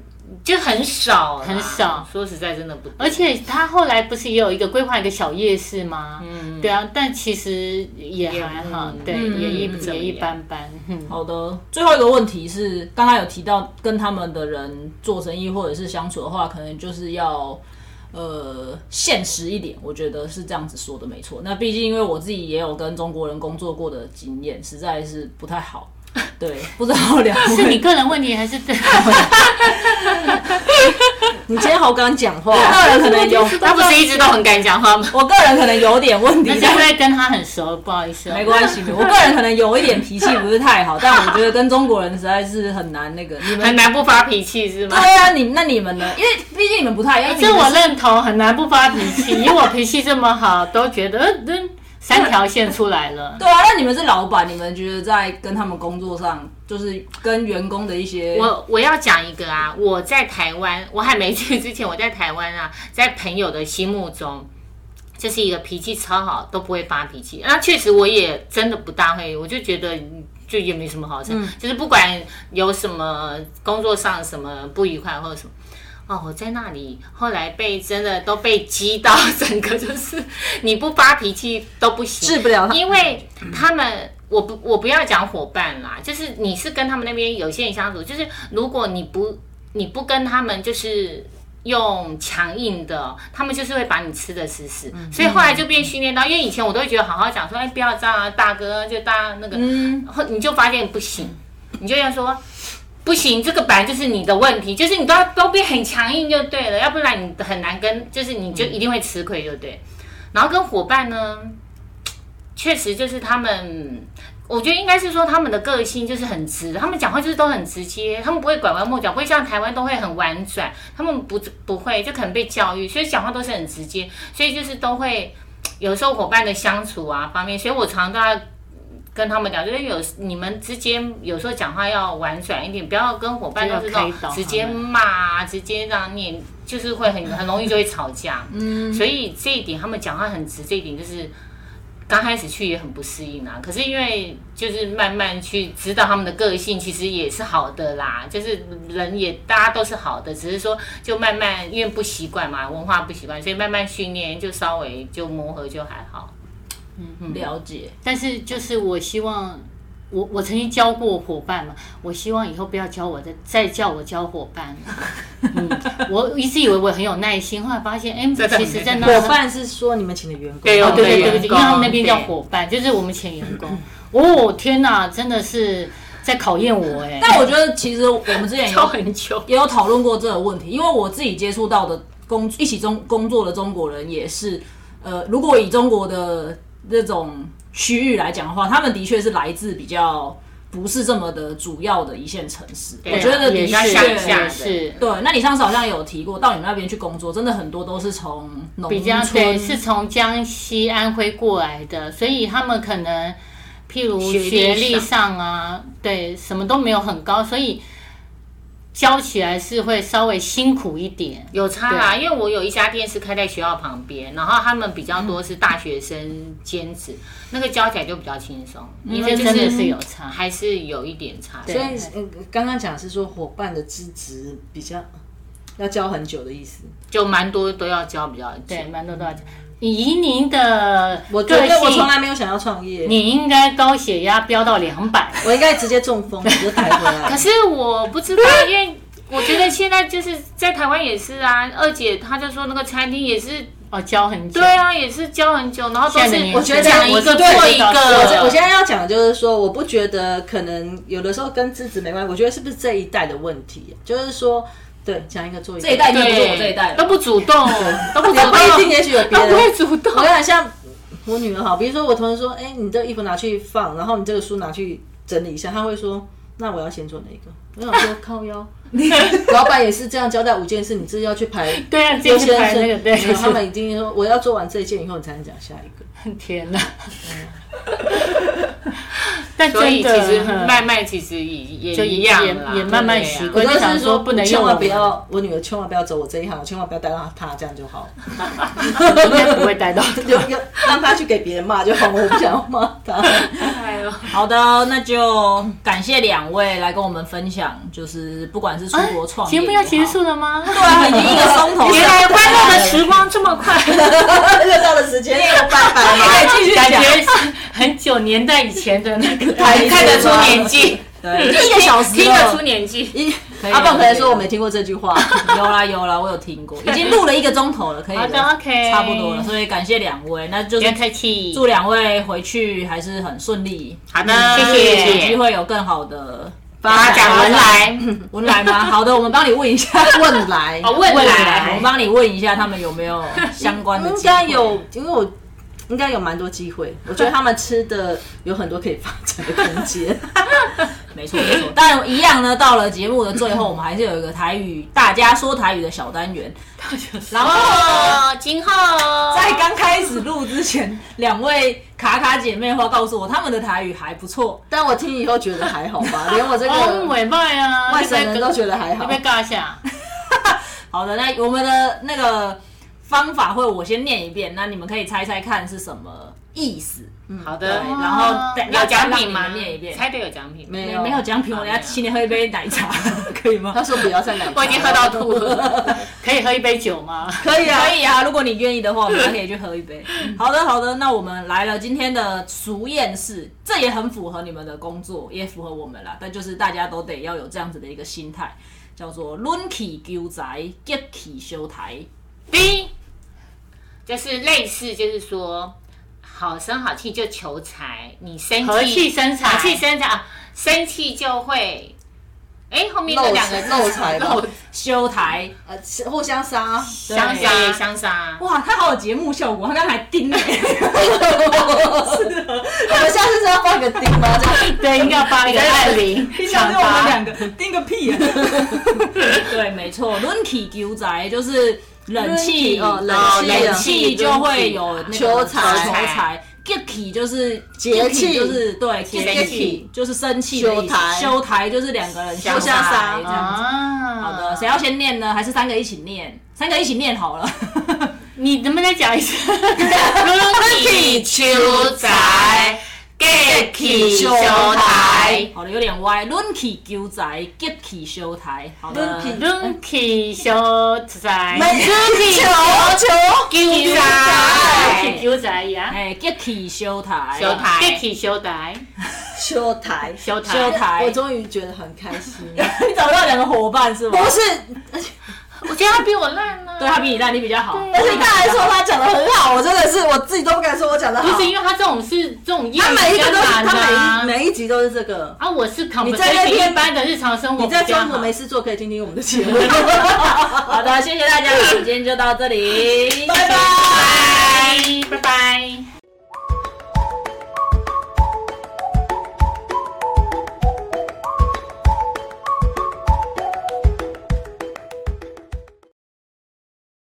S4: 就很少啦，
S3: 很少
S4: 说实在，真的不多，
S3: 而且他后来不是也有一个规划一个小夜市吗？嗯，对啊，但其实也还好，
S4: 嗯
S3: 对，
S1: 嗯
S3: 也
S1: 嗯
S3: 一
S1: 嗯
S3: 也一般般。嗯， *laughs*
S1: 好的，最后一个问题是，刚刚有提到跟他们的人做生意或者是相处的话，可能就是要呃现实一点，我觉得是这样子说的没错。那毕竟因为我自己也有跟中国人工作过的经验，实在是不太好。对，不知道两
S3: 是你
S1: 位，
S3: 个人问题还是对？ *laughs*
S2: 你今天好敢
S3: *laughs*
S2: 讲话，
S1: 我个人可能有，
S4: 他不是一直都很敢讲话吗？
S1: 我个人可能有点问题
S3: 那，是
S1: 但
S3: 因为跟他很熟，不好意思哦。
S1: 没关系，我个人可能有一点脾气不是太好，但我觉得跟中国人实在是很难那个。你们
S4: 很难不发脾气是吗？
S1: 对啊，你那你们呢？因为毕竟你们不太一样，因为
S3: 这
S1: 你
S3: 我
S1: 们是
S3: 认同，很难不发脾气。以我脾气这么好，都觉得嗯嗯三条线出来
S4: *laughs*
S3: 了。
S1: 对啊，那你们是老板，你们觉得在跟他们工作上，就是跟员工的一些，
S4: 我我要讲一个啊，我在台湾，我还没去之前，我在台湾啊， *laughs* 在朋友的心目中，这是一个脾气超好，都不会发脾气。那确实我也真的不大会，我就觉得就也没什么好讲，就是不管有什么工作上什么不愉快或者什么。哦，我在那里，后来被真的都被激到， *laughs* 整个就是你不发脾气都不行，
S2: 治不了他。
S4: 因为他们，我不我不要讲伙伴啦，就是你是跟他们那边有些人相处，就是如果你不你不跟他们就是。用强硬的，他们就是会把你吃的死死，
S2: 嗯
S4: 所以后来就变训练到，因为以前我都会觉得好好讲说，哎，不要这样啊，大哥就大那个，
S2: 嗯
S4: 后你就发现不行，你就要说不行，这个本来就是你的问题，就是你都要都变很强硬就对了，要不然你很难跟，就是你
S2: 嗯
S4: 就一定会吃亏就对。然后跟伙伴呢，确实就是他们，我觉得应该是说他们的个性就是很直，他们讲话就是都很直接，他们不会拐弯抹角，不会像台湾都会很婉转，他们不不会，就可能被教育，所以讲话都是很直接，所以就是都会有时候伙伴的相处啊方面，所以我常常都要跟他们讲，就是有你们之间有时候讲话要婉转一点，不要跟伙伴都是那
S3: 不要
S4: 种
S3: 开导
S4: 直接
S3: 他们
S4: 骂啊，直接让念，就是会很很容易就会吵架。嗯，所以这一点他们讲话很直，这一点就是刚开始去也很不适应啊。可是因为就是慢慢去知道他们的个性，其实也是好的啦。就是人也大家都是好的，只是说就慢慢因为不习惯嘛，文化不习惯，所以慢慢训练就稍微就磨合就还好。
S1: 了解，
S3: 但是就是我希望，我我曾经教过伙伴嘛，我希望以后不要教我再再叫我教伙伴。嗯，我一直以为我很有耐心，后来发现，哎、
S4: 真的
S3: 其实在那
S2: 伙伴是说你们请的员工，
S4: 对
S3: 哦，
S4: 哦
S3: 对对
S4: 对
S3: 对对，因
S4: 员工
S3: 为他们那边叫
S4: 对
S3: 伙伴，就是我们前员工。哦天哪，真的是在考验我哎、
S1: 但我觉得其实我们之前也
S4: 教
S1: 有
S4: 很久，
S1: 也有讨论过这个问题，因为我自己接触到的工一起中工作的中国人也是，呃，如果以中国的那种区域来讲的话，他们的确是来自比较不是这么的主要的一线城市，
S4: 对啊
S1: 我觉得的
S3: 也
S1: 确
S3: 是
S4: 乡下
S3: 也
S4: 的
S3: 是。
S1: 对，那你上次好像有提过，到你们那边去工作，真的很多都是从农
S3: 比较
S1: 村
S3: 对，是从江西、安徽过来的，所以他们可能譬如
S4: 学历
S3: 学历上啊，对，什么都没有很高，所以教起来是会稍微辛苦一点。
S4: *laughs* 有差啦，因为我有一家店是开在学校旁边，然后他们比较多是大学生兼职，那个教起来就比较轻松，因为
S3: 这
S4: 就
S3: 真的
S4: 是
S3: 是有差，
S4: 还是有一点差。
S3: 对
S2: 所以嗯，刚刚讲是说伙伴的资质比较要教很久的意思。
S4: 就蛮多都要教比较久
S3: 对，蛮多都要讲。以您的
S2: 我觉
S3: 个
S2: 得我从
S3: 性，
S2: 来没有想要创业，
S3: 你应该高血压飙到两百。
S2: 我应该直接中风，直接抬回
S4: *laughs* 可
S2: 来。
S4: 是我不知道，因为我觉得现在就是在台湾也是啊，二姐她就说那个餐厅也是，
S3: 哦，教很久。
S4: 对啊，也是教很久，然后都
S3: 现在的
S4: 是
S3: 年
S2: 我觉得
S4: 讲一
S2: 我
S4: 个
S2: 是
S4: 做一
S2: 我这我
S4: 个。
S2: 现在要讲的就是说，我不觉得可能有的时候跟资质没关系，我觉得是不是这一代的问题，就是说，对，讲一个做一个
S1: 这一代就不是我这一代
S4: 对，都
S1: 了。
S4: 不主 *laughs* 动，都不主
S2: 也
S4: 动，
S2: 不一定，也许有别
S4: *laughs* 都不
S2: 人
S4: 会。主动
S2: 我。跟你讲，像我女儿好，比如说我同事说，哎、你这衣服拿去放，然后你这个书拿去整理一下，她会说，那我要先做哪一个？我
S3: *laughs*
S2: 想说靠腰， *laughs* 老板也是这样交代五件事，你自己要去
S3: *laughs*
S2: 排
S3: 对啊，
S2: 优
S3: 这是
S2: 先
S3: 排
S2: 顺
S3: 那个
S2: 序。
S3: 对，
S2: 没有他们一定说我要
S3: *laughs*
S2: 做完这一件以后，你才能讲下一个。
S3: 天哪！ *laughs* 但
S4: 嗯所以
S3: 真的
S4: 其实
S3: 嗯
S4: 慢慢其实也
S3: 就
S4: 也
S3: 也
S4: 一样
S3: 也
S4: 啦
S3: 也慢慢
S4: 对啊
S3: 习
S2: 我
S3: 惯
S2: 都
S3: 就想
S2: 是
S3: 说不能
S2: 千
S3: 用
S2: 万
S3: 我
S2: 不
S3: 们，
S2: 要，我女儿千万不要走我这一行，我千万不要带到她，这样就
S3: *laughs*
S2: 好了。
S3: 应该不会带到。
S2: 有有让她去给别人骂就好了，我不想要骂
S3: *laughs*
S2: 她。 *laughs*
S4: 哎呦
S1: 好的，那就感谢两位来跟我们分享，就是不管是出国创业
S3: 节
S1: 也好，
S3: 目要结束了吗？
S1: 对啊，已经一个钟头了，
S4: 原来欢乐的时光这么快，
S2: 又到了时间，拜拜了。
S1: 对继续
S3: 感
S1: 讲
S3: 觉是很久年代以前的那个
S2: 台历
S4: 看得出年纪，
S1: 对，就一个小时
S4: 听得出
S1: 了。
S4: 年纪。
S2: *laughs* 一
S1: 可以
S3: 啊
S2: 阿棒可能
S1: 可以
S2: 说我没听过这句话。 *laughs*
S1: *laughs* 有啦有啦，我有听过，已经录了一个钟头了，可以
S3: 好
S1: 了
S3: 的，OK，
S1: 差不多了，，所以感谢两位，那就
S3: 不
S1: 是
S3: 要客气，
S1: 祝两位回去还是很顺利，
S4: 好的，
S3: 谢谢
S1: 有机会有更好的
S4: 发展文莱，
S1: 文莱吗？好的，我们帮你问一下，
S2: 问来，
S4: 哦，未
S1: 我
S3: 未
S4: 来
S3: 来
S1: 们帮你问一下他们有没有相关的，
S2: 嗯应该有，，因为我应该有蛮多机会。我觉得他们吃的有很多可以发展的空间。
S1: 没错没错。但一样呢，到了节目的最后，我们还是有一个台语大家说台语的小单元，然后。
S4: 哦，今后
S1: 在刚开始录之前，两位卡卡姐妹花告诉我，他们的台语还不错，
S2: 但我听以后觉得还好吧，连我这
S3: 哦，
S2: 个
S3: 尾巴啊，
S2: 外省人都觉
S3: 得
S2: 得还
S3: 要
S2: 好
S3: 不。要尬一下？
S1: 好的，那我们的那个方法会我先念一遍，那你们可以猜猜看是什么意思。
S4: 好
S1: 对，
S4: 的，
S3: 哦
S1: 然后再
S4: 有奖
S1: 让
S4: 品吗
S1: 你们念一？遍，
S4: 猜对有奖品吗？
S2: 没有
S1: 没有奖品，我等下请你喝一杯奶茶，可以吗
S2: 他？说不要再奶茶，
S4: 我已经喝到吐了。
S3: 可以喝一杯酒吗？
S1: 可以啊，可以啊，如果你愿意的话，我们还可以去喝一杯。嗯好的，好的，那我们来了今天的熟宴式，这也很符合你们的工作，也符合我们啦。但就是大家都得要有这样子的一个心态，叫做“抡起求财，get 起修台
S4: 第一，就是类似，就是说好声好气就求财，你生
S3: 和气
S4: 气
S3: 生财，
S4: 和气生财啊，生气就会。哎，后面那
S2: 漏
S4: 两个
S2: 财
S4: 字
S2: 漏财吧，
S1: 修台
S2: 呃，是互相杀。
S4: 相
S1: 对
S4: 杀相杀。
S1: 哇，他好有节目效果，他刚才盯 *laughs* 你。
S2: 我们下次是要放个钉吗？这样
S3: 对，应该要发一个艾琳
S1: 你想对
S3: 抢
S1: 我们两
S3: 答。
S1: 个盯个屁 *laughs* 啊！对，没错，抡起求财就是冷气，
S2: 哦冷
S1: 哦
S2: 气
S1: 冷气就会有那个
S2: 求财
S1: 求财。get 就是
S2: 节气
S1: get 就是对
S2: 节
S1: get
S2: 气
S1: 就是生气的意
S2: 修台
S1: 思，修台就是两个人
S2: 互相杀
S1: 这样子。
S3: 啊，
S1: 好的，谁要先念呢？还是三个一起念？三个一起念好了。 *laughs*
S3: 你能不能讲一次？
S4: 气求财，给气修台。
S1: 好的，有点歪。抡起求财，get 起修台。好的
S2: 抡，起
S3: 论起小仔，
S2: 求
S3: 九仔，九仔呀，
S1: *laughs* 哎，get 起修台，啊
S4: 修台
S3: 给起小仔，
S2: 求求台。
S3: 小仔，
S1: 修台
S2: 我。终于觉得很开
S1: *laughs*
S2: 心，
S1: 你找到两个伙伴是吗？
S2: 不是，
S4: 我觉得他比我烂
S3: 啊
S4: 呢。
S1: 对啊
S2: 啊
S1: 他比你烂，你比较好。
S2: 而且大家说他讲的很好，我真的是我自己都不敢说我讲的好
S3: 不。是因为他这种是这种
S2: 他
S3: 厌
S2: 每一
S3: 比
S2: 个
S3: 较
S2: 都是，
S3: 难
S2: 他
S3: 啊
S2: 每一。每一集都是这个。
S3: 啊，我是 c o n
S2: 你
S3: v e
S2: 在那
S3: r
S2: 边
S3: 一般的日常生活
S2: 你
S3: 比较
S2: 在
S3: 好，
S2: 中国啊没事做，可以听听我们的节
S3: *laughs*
S2: 目。
S1: *laughs* 好的，谢谢大家，今天就到这里，
S2: 拜拜
S3: 拜拜。